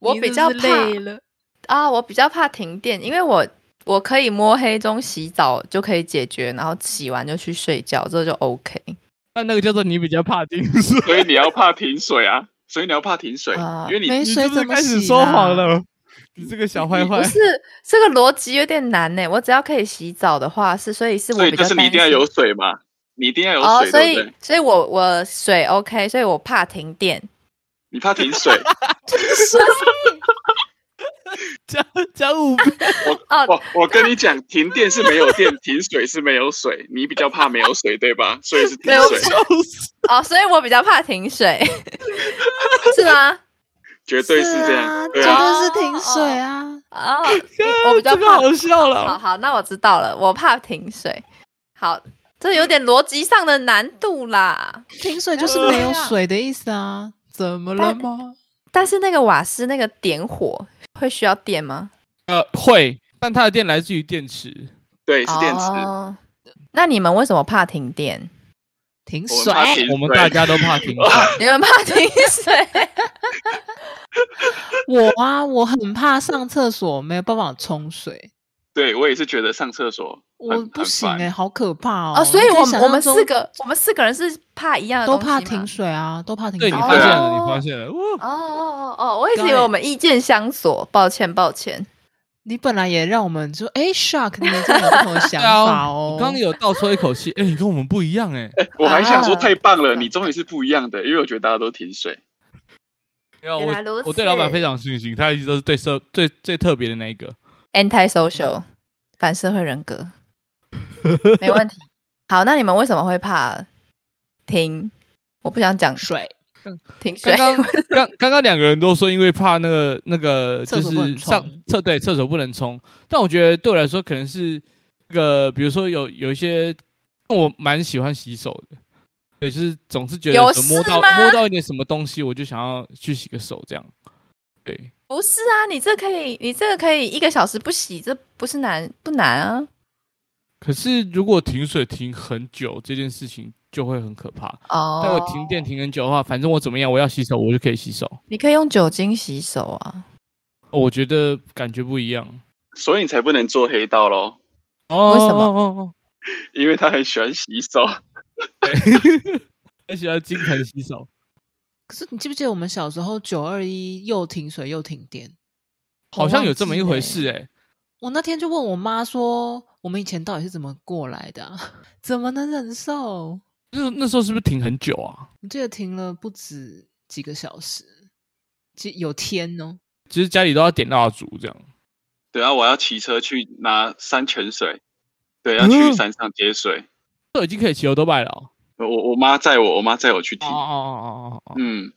Speaker 2: 我
Speaker 1: 你
Speaker 2: 比
Speaker 1: 是
Speaker 2: 较
Speaker 1: 不是
Speaker 2: 怕
Speaker 1: 累了。
Speaker 2: 啊，我比较怕停电，因为我我可以摸黑中洗澡就可以解决，然后洗完就去睡觉，这就 OK。
Speaker 4: 那那个叫做你比较怕停水。
Speaker 5: 所以你要怕停水啊，所以你要怕停水，
Speaker 2: 啊
Speaker 5: 因为你
Speaker 1: 没
Speaker 4: 你
Speaker 1: 水
Speaker 4: 是不
Speaker 1: 怎
Speaker 4: 是
Speaker 1: 么
Speaker 4: 开始
Speaker 1: 洗
Speaker 4: 说谎
Speaker 1: 啦？
Speaker 4: 了？你这个小坏坏
Speaker 2: 不。是这个逻辑有点难呢。我只要可以洗澡的话，是所以是我
Speaker 5: 所以
Speaker 2: 比较
Speaker 5: 就是你一定要
Speaker 2: 担心
Speaker 5: 有水嘛，你一定要有
Speaker 2: 哦，
Speaker 5: 水，
Speaker 2: 所
Speaker 5: 对不
Speaker 2: 以
Speaker 5: 对？
Speaker 2: 所以我我水 OK，所以我怕停电。
Speaker 5: 你怕停水，
Speaker 4: 加 加五倍，
Speaker 2: 哦
Speaker 5: 我我跟你讲，停电是没有电，停水是没有水，你比较怕没有水，对吧？所以是停
Speaker 2: 对我
Speaker 5: 水，
Speaker 4: 就是
Speaker 2: 哦，所以我比较怕停水， 是吗？
Speaker 5: 绝对是这样，对
Speaker 1: 绝
Speaker 5: 啊。
Speaker 1: 对是停水啊！
Speaker 2: 哦，我比较
Speaker 4: 这个
Speaker 2: 怕
Speaker 4: 好笑
Speaker 2: 好
Speaker 4: 了。
Speaker 2: 好，那我知道了，我怕停水。好，这有点逻辑上的难度啦。
Speaker 1: 停水就是没有水的意思啊！怎么了吗？
Speaker 2: 但是那个瓦斯那个点火会需要电吗？
Speaker 4: 呃，会，但它的电来自于电池。
Speaker 5: 对，是电池。
Speaker 2: 哦。那你们为什么怕停电？
Speaker 1: 停
Speaker 5: 我们怕
Speaker 1: 水，
Speaker 5: 停
Speaker 4: 我们
Speaker 5: 水
Speaker 4: 大家都怕停水。
Speaker 2: 你们怕停 水？
Speaker 1: 我啊，我很怕上厕所没有办法冲水，
Speaker 5: 对我也是觉得上厕所很
Speaker 1: 我不行
Speaker 5: 很
Speaker 1: 哎、
Speaker 5: 烦
Speaker 1: 好可怕哦！
Speaker 2: 哦，所以
Speaker 1: 你
Speaker 2: 我
Speaker 1: 可想
Speaker 2: 我们
Speaker 1: 象中
Speaker 2: 四个，我们四个人是怕一样的
Speaker 1: 都
Speaker 2: 东西
Speaker 1: 怕
Speaker 2: 吗
Speaker 1: 停水啊，都怕停
Speaker 4: 对
Speaker 1: 水。
Speaker 4: 你发现
Speaker 2: 哦
Speaker 4: 了，你发现了。哇
Speaker 2: 哦哦哦哦，我一直以
Speaker 1: 对
Speaker 2: 为我们意见相左，抱歉抱歉。
Speaker 1: 你本来也让我们说，哎，Shark，你们真的有不 同的想
Speaker 4: 对啊
Speaker 1: 法哦
Speaker 4: 我。刚刚有倒抽一口气，哎，你跟我们不一样哎。
Speaker 5: 我还想说
Speaker 2: 啊
Speaker 5: 太棒了，你终于是不一样的，因为我觉得大家都停水。
Speaker 4: 没有，
Speaker 2: 原来如
Speaker 4: 我
Speaker 2: 此
Speaker 4: 我对老板非常有信心，他一直都是最社最最特别的那一个。
Speaker 2: Anti social，反社会人 格，没问题。好，那你们为什么会怕停？我不想讲
Speaker 1: 水，
Speaker 2: 停水
Speaker 4: 刚。刚 刚刚刚两个人都说，因为怕那个那个
Speaker 1: 厕
Speaker 4: 就
Speaker 1: 所不能
Speaker 4: 是上
Speaker 1: 冲
Speaker 4: 厕对厕所不能冲，但我觉得对我来说可能是那个，比如说有有一些我蛮喜欢洗手的，对，就是总是觉得
Speaker 2: 有
Speaker 4: 什么摸
Speaker 2: 事
Speaker 4: 到
Speaker 2: 吗
Speaker 4: 摸到一点什么东西，我就想要去洗个手这样。对，
Speaker 2: 不是啊，你这可以，你这个可以一个小时不洗，这不是难不难啊？
Speaker 4: 可是如果停水停很久这件事情就会很可怕。
Speaker 2: 哦，
Speaker 4: 但我停电停很久的话，反正我怎么样，我要洗手我就可以洗手。
Speaker 2: 你可以用酒精洗手啊。
Speaker 4: 我觉得感觉不一样。
Speaker 5: 所以你才不能做黑道喽，
Speaker 4: 哦
Speaker 2: 为什么
Speaker 4: 哦哦哦
Speaker 5: 因为他很喜欢洗手。
Speaker 4: 很喜欢金盆洗手。
Speaker 1: 可是你记不记得我们小时候九二一又停水又停电？
Speaker 4: 好像有这么一回
Speaker 2: 我忘记欸
Speaker 4: 事哎、
Speaker 1: 我那天就问我妈说，我们以前到底是怎么过来的啊、 怎么能忍受？
Speaker 4: 就是那时候是不是停很久啊？
Speaker 1: 我记得停了不止几个小时，几有天哦。
Speaker 4: 其实家里都要点蜡烛这样。
Speaker 5: 对啊，我要骑车去拿山泉水，对，要去
Speaker 4: 嗯
Speaker 5: 山上接水。
Speaker 4: 都已经可以骑欧都拜了哦、
Speaker 5: 我我妈载我，我妈载我去提
Speaker 4: 哦。哦哦哦哦，
Speaker 5: 嗯，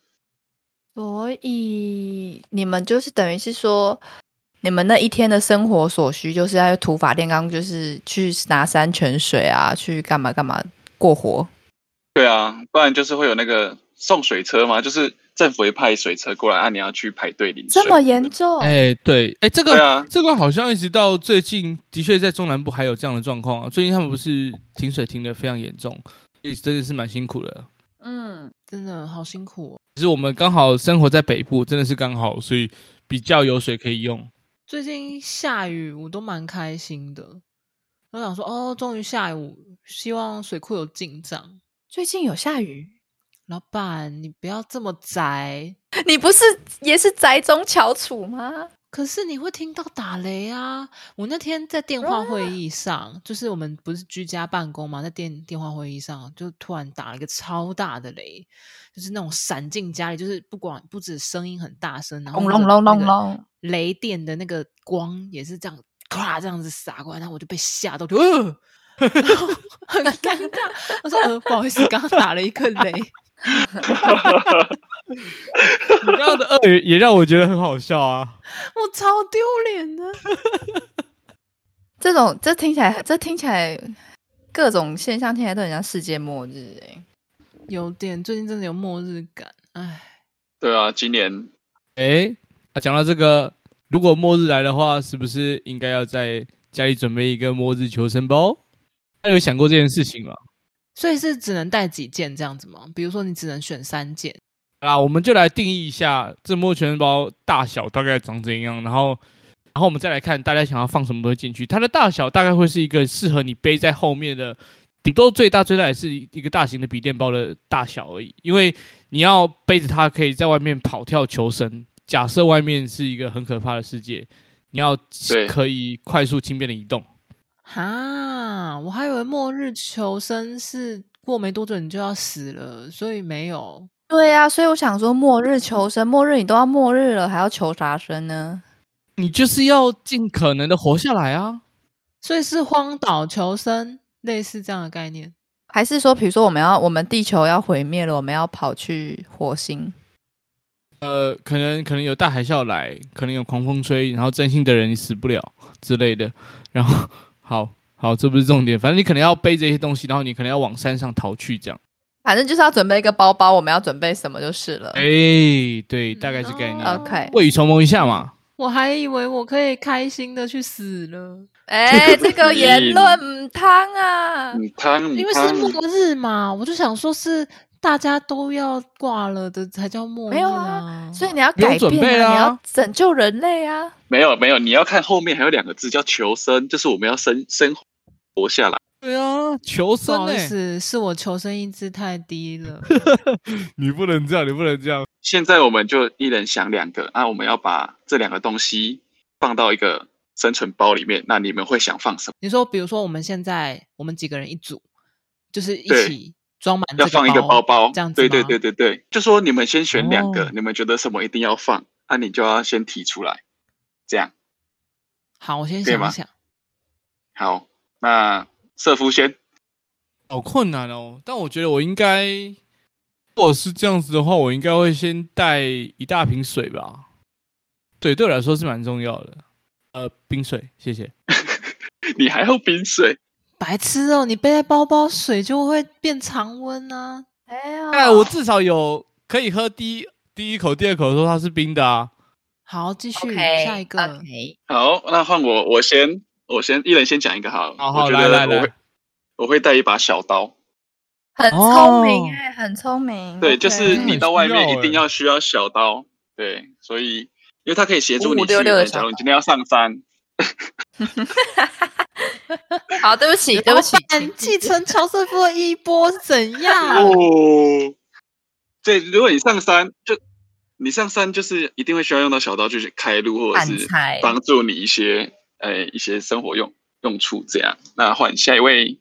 Speaker 2: 所以你们就是等于是说，你们那一天的生活所需就是要土法炼钢，就是去拿山泉水啊，去干嘛干嘛过活。
Speaker 5: 对啊，不然就是会有那个送水车嘛，就是政府会派水车过来，啊，你要去排队领水。
Speaker 2: 这么严重？
Speaker 4: 哎、对，哎、这
Speaker 5: 对
Speaker 4: 个、
Speaker 5: 啊，
Speaker 4: 这个好像一直到最近，的确在中南部还有这样的状况啊。最近他们不是停水停的非常严重，也真的是蛮辛苦的。
Speaker 2: 嗯，
Speaker 1: 真的好辛苦、哦。
Speaker 4: 只是我们刚好生活在北部，真的是刚好，所以比较有水可以用。
Speaker 1: 最近下雨，我都蛮开心的。我想说，哦，终于下雨，希望水库有进账。
Speaker 2: 最近有下雨，
Speaker 1: 老板，你不要这么宅，
Speaker 2: 你不是也是宅中翘楚吗？
Speaker 1: 可是你会听到打雷啊！我那天在电
Speaker 2: 啊
Speaker 1: 话会议上，就是我们不是居家办公嘛，在电电话会议上就突然打了一个超大的雷，就是那种闪进家里，就是不管不止声音很大声，
Speaker 4: 嗯
Speaker 1: 然后
Speaker 2: 轰
Speaker 1: 那个
Speaker 2: 隆隆
Speaker 1: 那
Speaker 2: 隆
Speaker 1: 个
Speaker 2: 隆
Speaker 1: 雷电的那个光也是这样，咵这样子洒过来，然后我就被吓到，就呃，然后很尴尬。我说呃，不好意思，刚刚打了一个 雷。
Speaker 4: 你这样的鳄鱼也让我觉得很好笑啊。
Speaker 1: 我超丢脸的，
Speaker 2: 这种这听起来，这听起来各种现象听起来都很像世界末日哎、
Speaker 1: 有点最近真的有末日感，唉。
Speaker 5: 对啊，今年
Speaker 4: 哎、啊，讲到这个，如果末日来的话，是不是应该要在家里准备一个末日求生包？那有想过这件事情吗？
Speaker 1: 所以是只能带几件这样子吗？比如说你只能选三件，
Speaker 4: 好啊啦，我们就来定义一下这摸全包大小大概长怎样，然后，然后我们再来看大家想要放什么东西进去。它的大小大概会是一个适合你背在后面的，顶多最大最大也是一个大型的笔电包的大小而已。因为你要背着它可以在外面跑跳求生。假设外面是一个很可怕的世界，你要
Speaker 5: 对
Speaker 4: 可以快速轻便的移动。
Speaker 1: 哈，我还以为末日求生是过没多久你就要死了，所以没有。
Speaker 2: 对呀、所以我想说，末日求生，末日你都要末日了，还要求啥生呢？
Speaker 4: 你就是要尽可能的活下来啊！
Speaker 1: 所以是荒岛求生，类似这样的概念。
Speaker 2: 还是说，比如说我们要我们地球要毁灭了，我们要跑去火星？
Speaker 4: 呃，可能可能有大海啸来，可能有狂风吹，然后真心的人死不了之类的。然后，好好，这不是重点，反正你可能要背这些东西，然后你可能要往山上逃去，这样。
Speaker 2: 反正就是要准备一个包包，我们要准备什么就是了。
Speaker 4: 哎、对，大概是概念。
Speaker 1: 哦
Speaker 2: OK
Speaker 4: 未雨绸缪一下嘛。
Speaker 1: 我还以为我可以开心的去死了，
Speaker 2: 哎、这个言论唔汤啊！
Speaker 4: 嗯
Speaker 5: 你嗯汤你
Speaker 1: 因为是
Speaker 5: 汤，
Speaker 1: 末日嘛，我就想说是大家都要挂了的才叫末日
Speaker 2: 没有
Speaker 1: 啊。
Speaker 2: 所以你要
Speaker 4: 不用
Speaker 2: 改变、
Speaker 4: 准备
Speaker 2: 啊，
Speaker 4: 啊
Speaker 2: 你要拯救人类啊！
Speaker 5: 没有没有，你要看后面还有两个字叫求生，就是我们要生生活下来。
Speaker 4: 对啊，求
Speaker 1: 不
Speaker 4: 生
Speaker 1: 好
Speaker 4: 呢、
Speaker 1: 意思，是我求生意志太低 了。
Speaker 4: 你不能这样，你不能这样。
Speaker 5: 现在我们就一人想两个，啊，我们要把这两个东西放到一个生存包里面，那你们会想放什么？
Speaker 1: 你说，比如说我们现在我们几个人一组，就是一
Speaker 5: 对
Speaker 1: 起装满这
Speaker 5: 要放一个包包，
Speaker 1: 这样子
Speaker 5: 对
Speaker 1: 吗
Speaker 5: 对对对对，就说你们先选两个，
Speaker 4: 哦
Speaker 5: 你们觉得什么一定要放，那、你就要先提出来，这样
Speaker 1: 好，我先
Speaker 5: 对
Speaker 1: 想
Speaker 5: 吗
Speaker 1: 一想，
Speaker 5: 好。那社夫先，
Speaker 4: 好困难哦，但我觉得我应该，如果是这样子的话，我应该会先带一大瓶水吧。对，对我来说是蛮重要的。呃，冰水，谢谢。
Speaker 5: 你还要冰水？
Speaker 1: 白痴哦，你背在包包，水就会变常温啊。
Speaker 2: 哎呀，
Speaker 4: 哎，我至少有可以喝第一第一口、第二口的时候它是冰的啊。
Speaker 1: 好，继续
Speaker 2: OK，
Speaker 1: 下一个
Speaker 2: OK，
Speaker 5: 好，那换我，我先，我先一人先讲一个好了。
Speaker 4: 哦好好
Speaker 5: 我觉
Speaker 4: 来
Speaker 5: 得
Speaker 4: 来
Speaker 5: 我会
Speaker 4: 来，
Speaker 5: 我会带一把小刀。
Speaker 2: 很聪明哎、很聪明。
Speaker 5: 对，就是
Speaker 4: 嗯
Speaker 5: 你
Speaker 4: 很
Speaker 5: 到
Speaker 4: 需
Speaker 5: 外面
Speaker 4: 要
Speaker 5: 一定
Speaker 4: 欸
Speaker 5: 要需要小刀，对，所以因为它可以协助你去。呃
Speaker 2: 5566的小
Speaker 5: 假如你今天要上山，
Speaker 2: 好，对不起，对不起，
Speaker 1: 老板继承乔瑟夫的衣钵是怎样？
Speaker 5: 哦，对，如果你上山，就你上山就是一定会需要用到小刀去开路，或者
Speaker 2: 砍
Speaker 5: 是
Speaker 2: 柴。
Speaker 5: 帮助你一些呃一些生活用用处这样。那换下一位，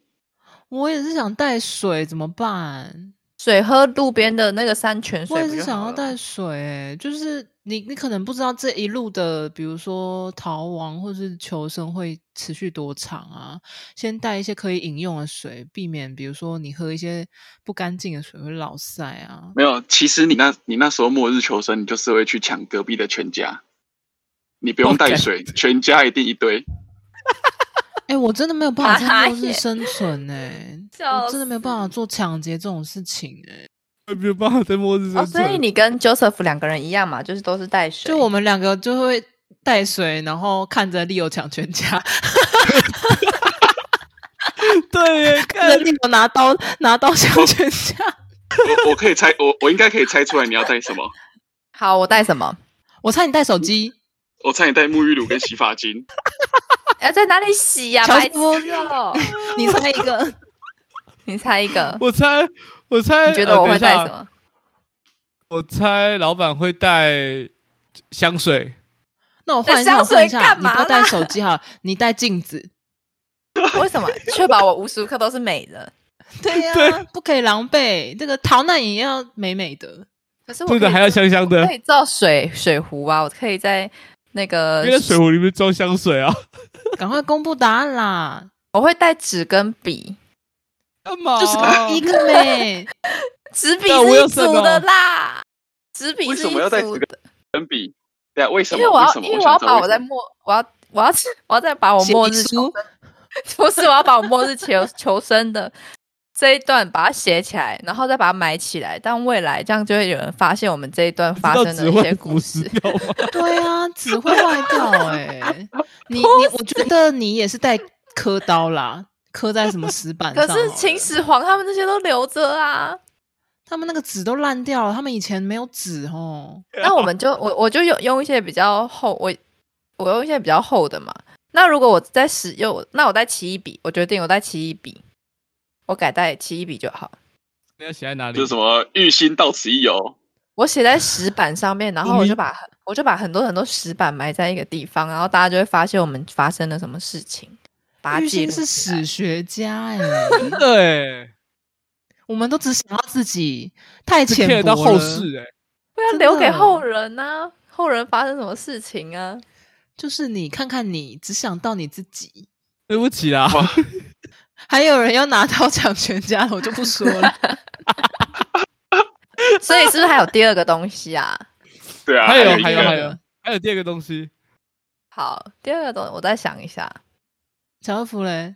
Speaker 1: 我也是想带水，怎么办？
Speaker 2: 水喝路边的那个哦山泉水，
Speaker 1: 我也是想要带。水、欸，就是你你可能不知道这一路的，比如说逃亡或是求生会持续多长啊。先带一些可以饮用的水，避免比如说你喝一些不干净的水会老塞啊。
Speaker 5: 没有，其实你那你那时候末日求生，你就是会去抢隔壁的全家，你不用带
Speaker 4: OK
Speaker 5: 水，全家一定一堆。
Speaker 1: 哎、我真的没有办法 在末
Speaker 2: 傻
Speaker 1: 日
Speaker 2: 眼
Speaker 1: 生存哎、
Speaker 2: 笑
Speaker 1: 我真的没有办法
Speaker 2: 死
Speaker 1: 做抢劫这种事情哎、
Speaker 4: 我没有办法在末日生
Speaker 2: 哦，
Speaker 4: 存。
Speaker 2: 所以你跟 Joseph 两个人一样嘛，就是都是带水。
Speaker 1: 就我们两个就会带水，然后看着利友抢全 家，
Speaker 4: 对耶，
Speaker 1: 看着利友拿刀拿刀 抢全家。
Speaker 5: 我我可以猜，我我应该可以猜出来你要带什么。
Speaker 2: 好，我带什么？
Speaker 1: 我猜你带手机，
Speaker 5: 我猜你带沐浴乳跟洗发精。
Speaker 2: 要哎在哪里洗呀、
Speaker 1: 乔
Speaker 2: 白痴
Speaker 1: 夫
Speaker 2: 哦！
Speaker 1: 你猜一个。
Speaker 2: 你猜一个，
Speaker 4: 我猜，我猜，
Speaker 2: 你觉得
Speaker 4: 呃
Speaker 2: 我会带？
Speaker 4: 等
Speaker 2: 什
Speaker 4: 一下
Speaker 2: 么？
Speaker 4: 我猜老板会带香水。
Speaker 1: 那我换一
Speaker 2: 带
Speaker 1: 下，
Speaker 2: 香
Speaker 1: 我换一
Speaker 2: 水
Speaker 1: 下，
Speaker 2: 干
Speaker 1: 你
Speaker 2: 嘛
Speaker 1: 不要带
Speaker 2: 啦
Speaker 1: 手机哈，你带镜 子。
Speaker 2: 为什么？确保我无时无刻都是美的。
Speaker 1: 对呀、
Speaker 4: 对
Speaker 1: 不可以狼狈，这个逃难也要美美的。
Speaker 2: 可是我
Speaker 4: 对的，
Speaker 2: 可以
Speaker 4: 还要
Speaker 2: 造
Speaker 4: 香香的
Speaker 2: 可，以造水水壶啊，我可以在那个
Speaker 4: 因为在水壶里面装香水啊。
Speaker 1: 赶快公布答案啦！
Speaker 2: 我会带纸跟笔，
Speaker 4: 干
Speaker 2: 哦
Speaker 4: 嘛？啊
Speaker 1: 就是一个美，
Speaker 2: 纸笔
Speaker 4: 那我
Speaker 2: 是
Speaker 4: 有
Speaker 2: 一
Speaker 4: 什么
Speaker 2: 组的啦，纸笔
Speaker 5: 为
Speaker 2: 是
Speaker 5: 什
Speaker 2: 一
Speaker 5: 么要带
Speaker 2: 组
Speaker 5: 纸跟
Speaker 2: 的，
Speaker 5: 跟比，对啊，为什
Speaker 2: 因
Speaker 5: 么？
Speaker 2: 为我要
Speaker 5: 什么
Speaker 2: 因为
Speaker 5: 我
Speaker 2: 我
Speaker 5: 想
Speaker 2: 要
Speaker 5: 知道
Speaker 2: 把
Speaker 5: 为
Speaker 2: 我
Speaker 5: 什
Speaker 2: 在
Speaker 5: 么
Speaker 2: 末我要我要我要再把我
Speaker 1: 写
Speaker 2: 末
Speaker 1: 遗
Speaker 2: 日求
Speaker 1: 书
Speaker 2: 生，不是我要把我末日求 求生的这一段把它写起来，然后再把它埋起来，但未来这样就会有人发现我们这一段发
Speaker 4: 知道
Speaker 2: 生的
Speaker 4: 只
Speaker 2: 一些
Speaker 4: 会
Speaker 2: 故
Speaker 4: 腐
Speaker 2: 事
Speaker 4: 蚀。掉吗？
Speaker 1: 对啊，只会坏掉哎、 你你，我觉得你也是带刻刀啦，刻在什么石板
Speaker 2: 可
Speaker 1: 上好了？
Speaker 2: 是秦始皇他们那些都留着啊，
Speaker 1: 他们那个纸都烂掉了，他们以前没有纸哦。
Speaker 2: 那我们就我我就用用一些比较厚，我我用一些比较厚的嘛。那如果我在使用，那我带奇异笔，我决定我带奇异笔，我改带奇异笔就好。
Speaker 4: 你要写在哪里？
Speaker 5: 就是什么玉心到此一游，
Speaker 2: 我写在石板上面，然后
Speaker 4: 你
Speaker 2: 我就把我就把很多很多石板埋在一个地方，然后大家就会发现我们发生了什么事情，把它
Speaker 1: 玉
Speaker 2: 记
Speaker 1: 兴
Speaker 2: 录
Speaker 1: 是
Speaker 2: 起来
Speaker 1: 史学家哎、
Speaker 4: 真的哎，
Speaker 1: 我们都只想要自己，太
Speaker 4: 这
Speaker 1: 浅
Speaker 4: 骗
Speaker 1: 薄
Speaker 4: 得到
Speaker 1: 了。
Speaker 4: 后世哎。
Speaker 2: 不要
Speaker 1: 真
Speaker 2: 留给
Speaker 1: 的
Speaker 2: 后人啊，后人发生什么事情啊？
Speaker 1: 就是你看看你，只想到你自己。
Speaker 4: 对不起啦，
Speaker 1: 还有人要拿刀抢全家了，我就不说了。
Speaker 2: 所以是不是还有第二个东西啊？
Speaker 5: 对啊，
Speaker 4: 还有
Speaker 5: 一
Speaker 4: 还有
Speaker 5: 个
Speaker 4: 还有还有第二个东西，
Speaker 2: 好，第二个东我再想一下，
Speaker 1: 小福嘞，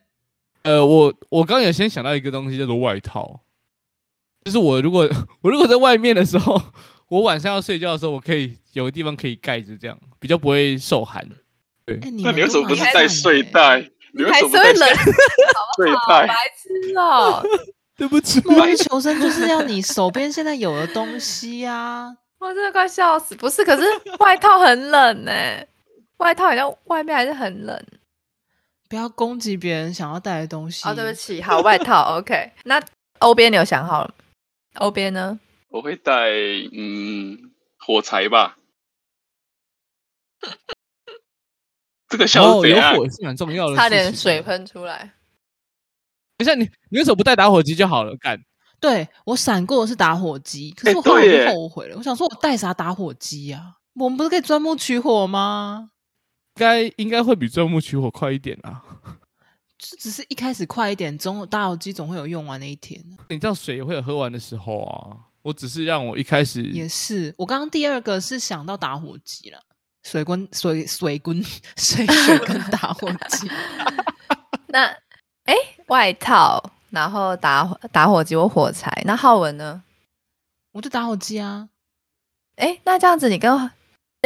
Speaker 4: 呃，我我刚刚有先想到一个东西叫做外套，就是我如果我如果在外面的时候，我晚上要睡觉的时候，我可以有个地方可以盖着，这样比较不会受寒。
Speaker 1: 哎、你
Speaker 5: 那
Speaker 1: 们
Speaker 5: 你为什么不是
Speaker 1: 都蛮
Speaker 5: 带
Speaker 1: 烂的
Speaker 5: 睡
Speaker 1: 欸？
Speaker 5: 袋？你为
Speaker 2: 还
Speaker 5: 什
Speaker 2: 是
Speaker 5: 么不带
Speaker 2: 会冷
Speaker 5: 睡睡
Speaker 2: 好白
Speaker 5: 袋？
Speaker 2: 痴哦！
Speaker 4: 对不起，
Speaker 1: 末 日求生就是要你手边现在有的东西啊。
Speaker 2: 我真的快笑死！不是，可是外套很冷呢、外套好像外面还是很冷。
Speaker 1: 不要攻击别人想要带的东西。
Speaker 2: 哦，对不，起，好，外套 OK。那欧边你有想好了吗？欧边呢？
Speaker 5: 我会带嗯火柴吧。这个笑啊是
Speaker 4: 哦，
Speaker 5: 怎
Speaker 4: 有
Speaker 5: 样？
Speaker 4: 火是蛮重要的，啊
Speaker 2: 差点水。喷出来。
Speaker 4: 等一下你你为什么不带打火机就好了？干，
Speaker 1: 对我闪过的是打火机，可
Speaker 5: 哎
Speaker 1: 是我后来
Speaker 5: 对
Speaker 1: 就
Speaker 5: 耶
Speaker 1: 后悔了。我想说，我带啥打火机啊？我们不是可以钻木取火吗？
Speaker 4: 应该应该会比钻木取火快一点啊啦。
Speaker 1: 这只是一开始快一点，总有打火机总会有用完那一天。啊
Speaker 4: 你这样水也会有喝完的时候啊。我只是让我一开
Speaker 2: 嗯
Speaker 4: 始
Speaker 1: 也是，我刚刚第二个是想到打火机了，水滚水水滚 水水跟打火 机。
Speaker 2: 那哎，外套，然后打火打火机或火柴。那浩文呢？
Speaker 1: 我就打火机啊，
Speaker 2: 哎，那这样子你跟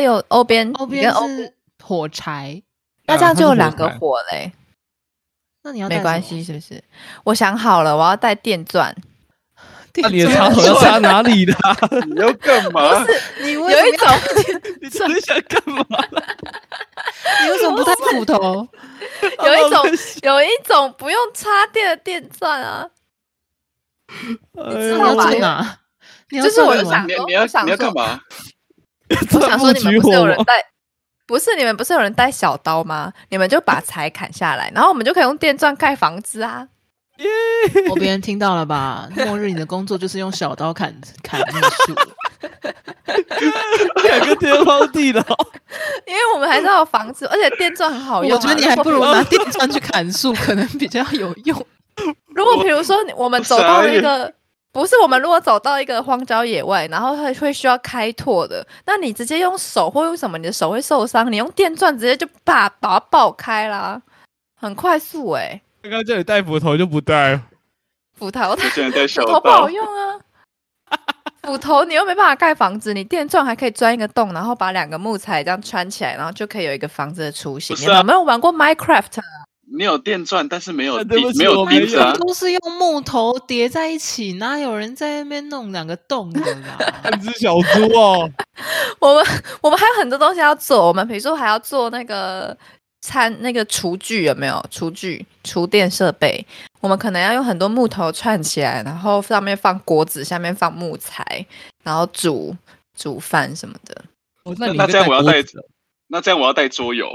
Speaker 2: 有欧边，
Speaker 1: 后
Speaker 2: 嗯你
Speaker 1: 边
Speaker 2: 跟欧，
Speaker 1: 是火柴，
Speaker 2: 那这样
Speaker 4: 啊它是
Speaker 2: 就有两
Speaker 4: 火
Speaker 2: 个
Speaker 4: 柴
Speaker 2: 火嘞。
Speaker 1: 那你要带
Speaker 2: 没
Speaker 1: 什
Speaker 2: 关
Speaker 1: 么
Speaker 2: 系，，是不是？我想好了，我要带电钻。
Speaker 4: 那你的
Speaker 1: 电
Speaker 4: 插
Speaker 1: 钻
Speaker 4: 头要插哪里的？啊
Speaker 5: 你要干嘛？
Speaker 1: 你为
Speaker 2: 有一
Speaker 1: 什么
Speaker 2: 种
Speaker 1: 要
Speaker 4: 你到底想干 嘛？
Speaker 1: 你为什么不带斧头？
Speaker 2: 有一种有一种不用插电的电钻啊，
Speaker 4: 种
Speaker 2: 知
Speaker 1: 你
Speaker 4: 哎
Speaker 1: 要
Speaker 2: 道吧
Speaker 1: 住哪？你要
Speaker 2: 就是
Speaker 1: 算
Speaker 2: 我
Speaker 1: 什
Speaker 2: 就
Speaker 1: 么
Speaker 2: 想
Speaker 5: 你
Speaker 2: 说
Speaker 5: 你要
Speaker 2: 我想
Speaker 5: 你要
Speaker 2: 说
Speaker 5: 干嘛？
Speaker 2: 我想说，你们不是有人
Speaker 4: 吗？
Speaker 2: 带，不是你们不是有人带小刀吗？你们就把柴砍下来，然后我们就可以用电钻盖房子啊！
Speaker 1: 我别人听到了吧？末日，你的工作就是用小刀砍砍 那个树。
Speaker 4: 两个天荒地老，
Speaker 2: 因为我们还是要有房子，而且电钻很好用啊、
Speaker 1: 我觉得你 还
Speaker 2: 如果
Speaker 1: 不如拿电钻去砍树，可能比较有用。
Speaker 2: 如果比如说你我们走到了一
Speaker 5: 傻
Speaker 2: 个，不是我们如果走到一个荒郊野外，然后会会需要开拓的，那你直接用手或用什么，你的手会受伤，你用电钻直接就把把它爆开啦，很快速哎、欸，
Speaker 4: 刚刚叫你带斧头就不带，
Speaker 2: 斧头
Speaker 5: 现在在
Speaker 2: 斧
Speaker 5: 小
Speaker 2: 头不
Speaker 5: 道
Speaker 2: 好，用啊。斧头你又没办法盖房子，你电钻还可以钻一个洞，然后把两个木材这样穿起来，然后就可以有一个房子的雏形。
Speaker 5: 不
Speaker 2: 你
Speaker 5: 是
Speaker 2: 们
Speaker 5: 啊
Speaker 2: 有没有玩过 Minecraft？啊
Speaker 5: 你有电钻，但是没有
Speaker 4: 啊对不
Speaker 5: 钉
Speaker 4: 起
Speaker 5: 没
Speaker 4: 我
Speaker 5: 有
Speaker 4: 没
Speaker 5: 钉子啊
Speaker 4: 有。
Speaker 1: 都是用木头叠在一起，哪有人在那边弄两个洞的啦？
Speaker 4: 半只小猪哦，
Speaker 2: 我们我们还有很多东西要做，我们比如说还要做那个餐那个厨具有没有？厨具、厨电设备，我们可能要用很多木头串起来，然后上面放锅子，下面放木材，然后煮煮饭什么的。哦
Speaker 4: 那
Speaker 5: 那这样我要带
Speaker 4: 带，
Speaker 5: 那这样我要带桌游，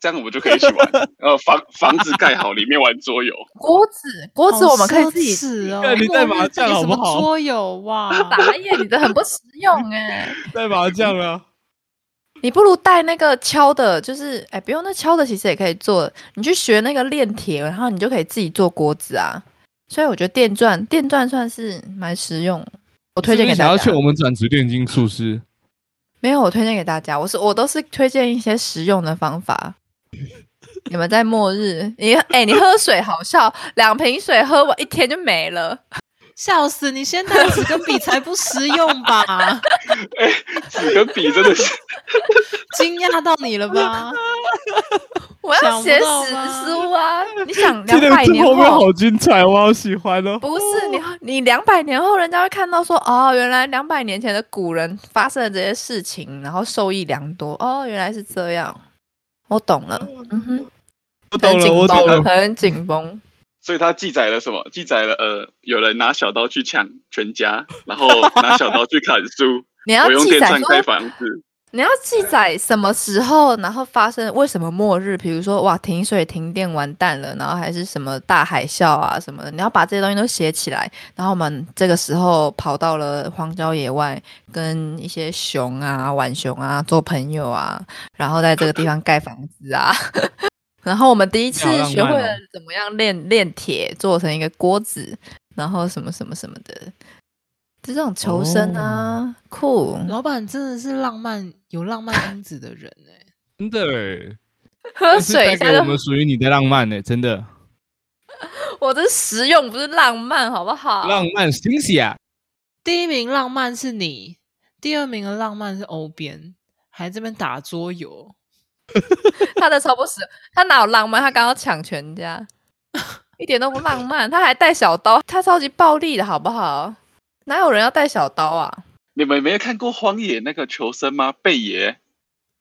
Speaker 5: 这样我们就可以一起玩。呃，房房子盖好，里面玩桌游。
Speaker 2: 锅子锅子我们可以自己
Speaker 1: 己哦
Speaker 4: 看。你在麻将
Speaker 1: 末日这个什
Speaker 4: 好不
Speaker 1: 么
Speaker 4: 好
Speaker 1: 桌游哇，
Speaker 2: 打耶，你的很不实 用哎、
Speaker 4: 带麻将啊，
Speaker 2: 你不如带那个敲的，就是哎，不用那敲的，其实也可以做。你去学那个炼铁，然后你就可以自己做锅子啊。所以我觉得电钻，电钻算是蛮实用，我推荐给
Speaker 4: 想
Speaker 2: 大
Speaker 4: 要
Speaker 2: 家
Speaker 4: 劝。我们转职炼金术师，
Speaker 2: 没有，我推荐给大家，我是我都是推荐一些实用的方法。你们在末日，你哎，你喝水好笑，两瓶水喝完一天就没了。
Speaker 1: 笑死！你先带纸跟笔才不实用吧？
Speaker 5: 纸跟笔真的是，
Speaker 1: 惊讶到你了吧？
Speaker 2: 我要
Speaker 1: 想不
Speaker 2: 写
Speaker 1: 到
Speaker 2: 史
Speaker 1: 吗
Speaker 2: 书啊！你想
Speaker 4: 这
Speaker 2: 两
Speaker 4: 个
Speaker 2: 百
Speaker 4: 这
Speaker 2: 年
Speaker 4: 后面好精彩，我好喜欢哦。
Speaker 2: 不是你，你两百年后，人家会看到说，哦，原来两百年前的古人发生了这些事情，然后受益良多。哦，原来是这样，我懂了。嗯哼，
Speaker 4: 我
Speaker 2: 很
Speaker 4: 懂了，
Speaker 2: 紧
Speaker 4: 我懂
Speaker 2: 绷，
Speaker 4: 了，
Speaker 2: 很紧绷。
Speaker 5: 所以它记载了什么？记载了呃，有人拿小刀去抢全家，然后拿小刀去砍树，
Speaker 2: 你要
Speaker 5: 我用
Speaker 2: 记
Speaker 5: 电
Speaker 2: 载
Speaker 5: 钻
Speaker 2: 说，
Speaker 5: 盖房子。
Speaker 2: 你要记载什么时候，然后发生为什么末日，比如说哇停水停电完蛋了，然后还是什么大海啸啊什么的，你要把这些东西都写起来。然后我们这个时候跑到了荒郊野外，跟一些熊啊、浣熊啊做朋友啊，然后在这个地方盖房子啊。 然后我们第一次
Speaker 4: 好浪漫
Speaker 2: 学会
Speaker 4: 哦
Speaker 2: 了怎么样炼炼铁，做成一个锅子，然后什么什么什么的，就这种求生啊，酷。
Speaker 1: 老板真的是浪漫有浪漫因子的人哎、
Speaker 4: 真的欸，
Speaker 2: 喝水一
Speaker 4: 这是带
Speaker 2: 下
Speaker 4: 给
Speaker 2: 就
Speaker 4: 我们属于你的浪漫呢，真的
Speaker 2: 我这实用不是浪漫，好不好？
Speaker 4: 浪漫惊喜啊！
Speaker 1: 第一名浪漫是你，第二名的浪漫是欧边，还这边打桌游。
Speaker 2: 他的超不实，他哪有浪漫？他刚刚抢全家， 一点都不浪漫。他还带小刀，他超级暴力的好不好？哪有人要带小刀啊？
Speaker 5: 你们没有看过《荒野》那个求生吗？贝爷，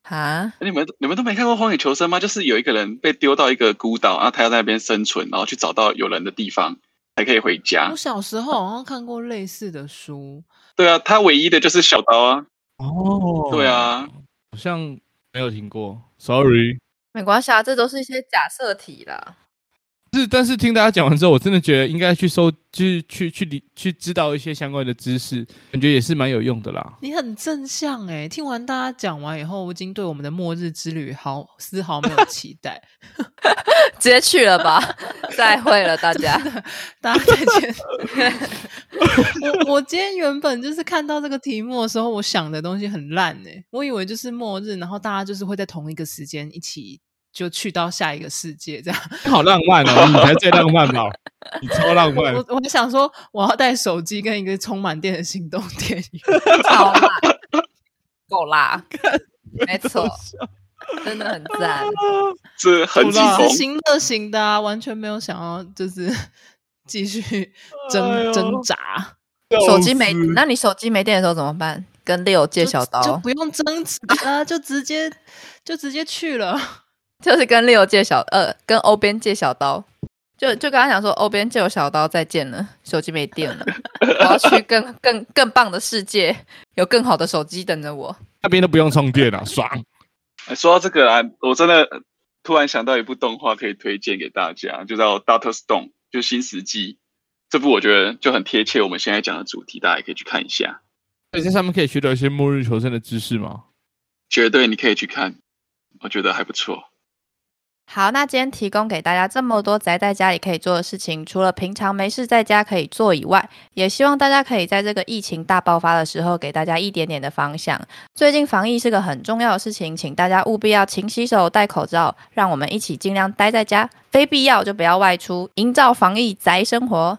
Speaker 2: 啊，
Speaker 5: 你们你们都没看过《荒野求生》吗？就是有一个人被丢到一个孤岛，然后他要在那边生存，然后去找到有人的地方才可以回家
Speaker 1: 我。小时候好像看过类似的书，
Speaker 5: 对啊，他唯一的就是小刀啊。
Speaker 4: 哦
Speaker 5: 对，啊，
Speaker 4: 好像没有听过，sorry。
Speaker 2: 没关系啊，这都是一些假设题啦。
Speaker 4: 是，但是听大家讲完之后，我真的觉得应该去搜，就是去去理去知道一些相关的知识，感觉也是蛮有用的啦。
Speaker 1: 你很正向哎、听完大家讲完以后，我已经对我们的末日之旅毫丝毫没有期待。
Speaker 2: 直接去了吧， 再会了大 家。
Speaker 1: 大家再见。我我今天原本就是看到这个题目的时候，我想的东西很烂哎、我以为就是末日，然后大家就是会在同一个时间一起就去到下一个世界这样。
Speaker 4: 好浪漫哦，你才最浪漫吧？你超浪漫，
Speaker 1: 我我就想说，我要带手机跟一个充满电的行动电源。
Speaker 2: 超辣，够 辣，没错，真的很赞。
Speaker 5: 这很
Speaker 4: 不
Speaker 5: 几
Speaker 4: 啦
Speaker 5: 风
Speaker 1: 是，行乐型的啊，完全没有想要就是继续挣、
Speaker 4: 哎呦
Speaker 1: 挣扎，
Speaker 2: 手机没，那你手机没电的时候怎么办？跟六借小刀，
Speaker 1: 就就不用争执了，就直接就直接去了。
Speaker 2: 就是跟 Leo 借小，呃，跟欧边借小刀，就就跟他讲说，哦，别人借我小刀，再见了，手机没电了，我要去更更更棒的世界，有更好的手机等着我。
Speaker 4: 那边都不用充电了，爽！
Speaker 5: 哎说到这个啊，我真的突然想到一部动画可以推荐给大家，就叫《Doctor Stone》，就《新石纪》。这部我觉得就很贴切我们现在讲的主题，大家也可以去看一下。
Speaker 4: 所以在上面可以学到一些末日求生的知识吗？
Speaker 5: 绝对你可以去看，我觉得还不错。
Speaker 2: 好，那今天提供给大家这么多宅在家里可以做的事情，除了平常没事在家可以做以外，也希望大家可以在这个疫情大爆发的时候，给大家一点点的方向。最近防疫是个很重要的事情，请大家务必要勤洗手、戴口罩，让我们一起尽量待在家，非必要就不要外出，营造防疫宅生活。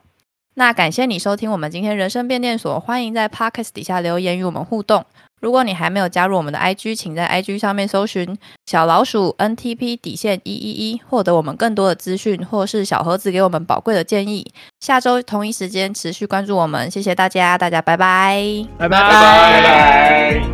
Speaker 2: 那感谢你收听我们今天人生变电所，欢迎在 Podcast 底下留言与我们互动。如果你还没有加入我们的 IG，请在 IG 上面搜寻小老鼠 NTP 底线一一一，获得我们更多的资讯，或是小盒子给我们宝贵的建议。下周同一时间持续关注我们，谢谢大家，大家拜拜。
Speaker 4: 拜
Speaker 5: 拜拜。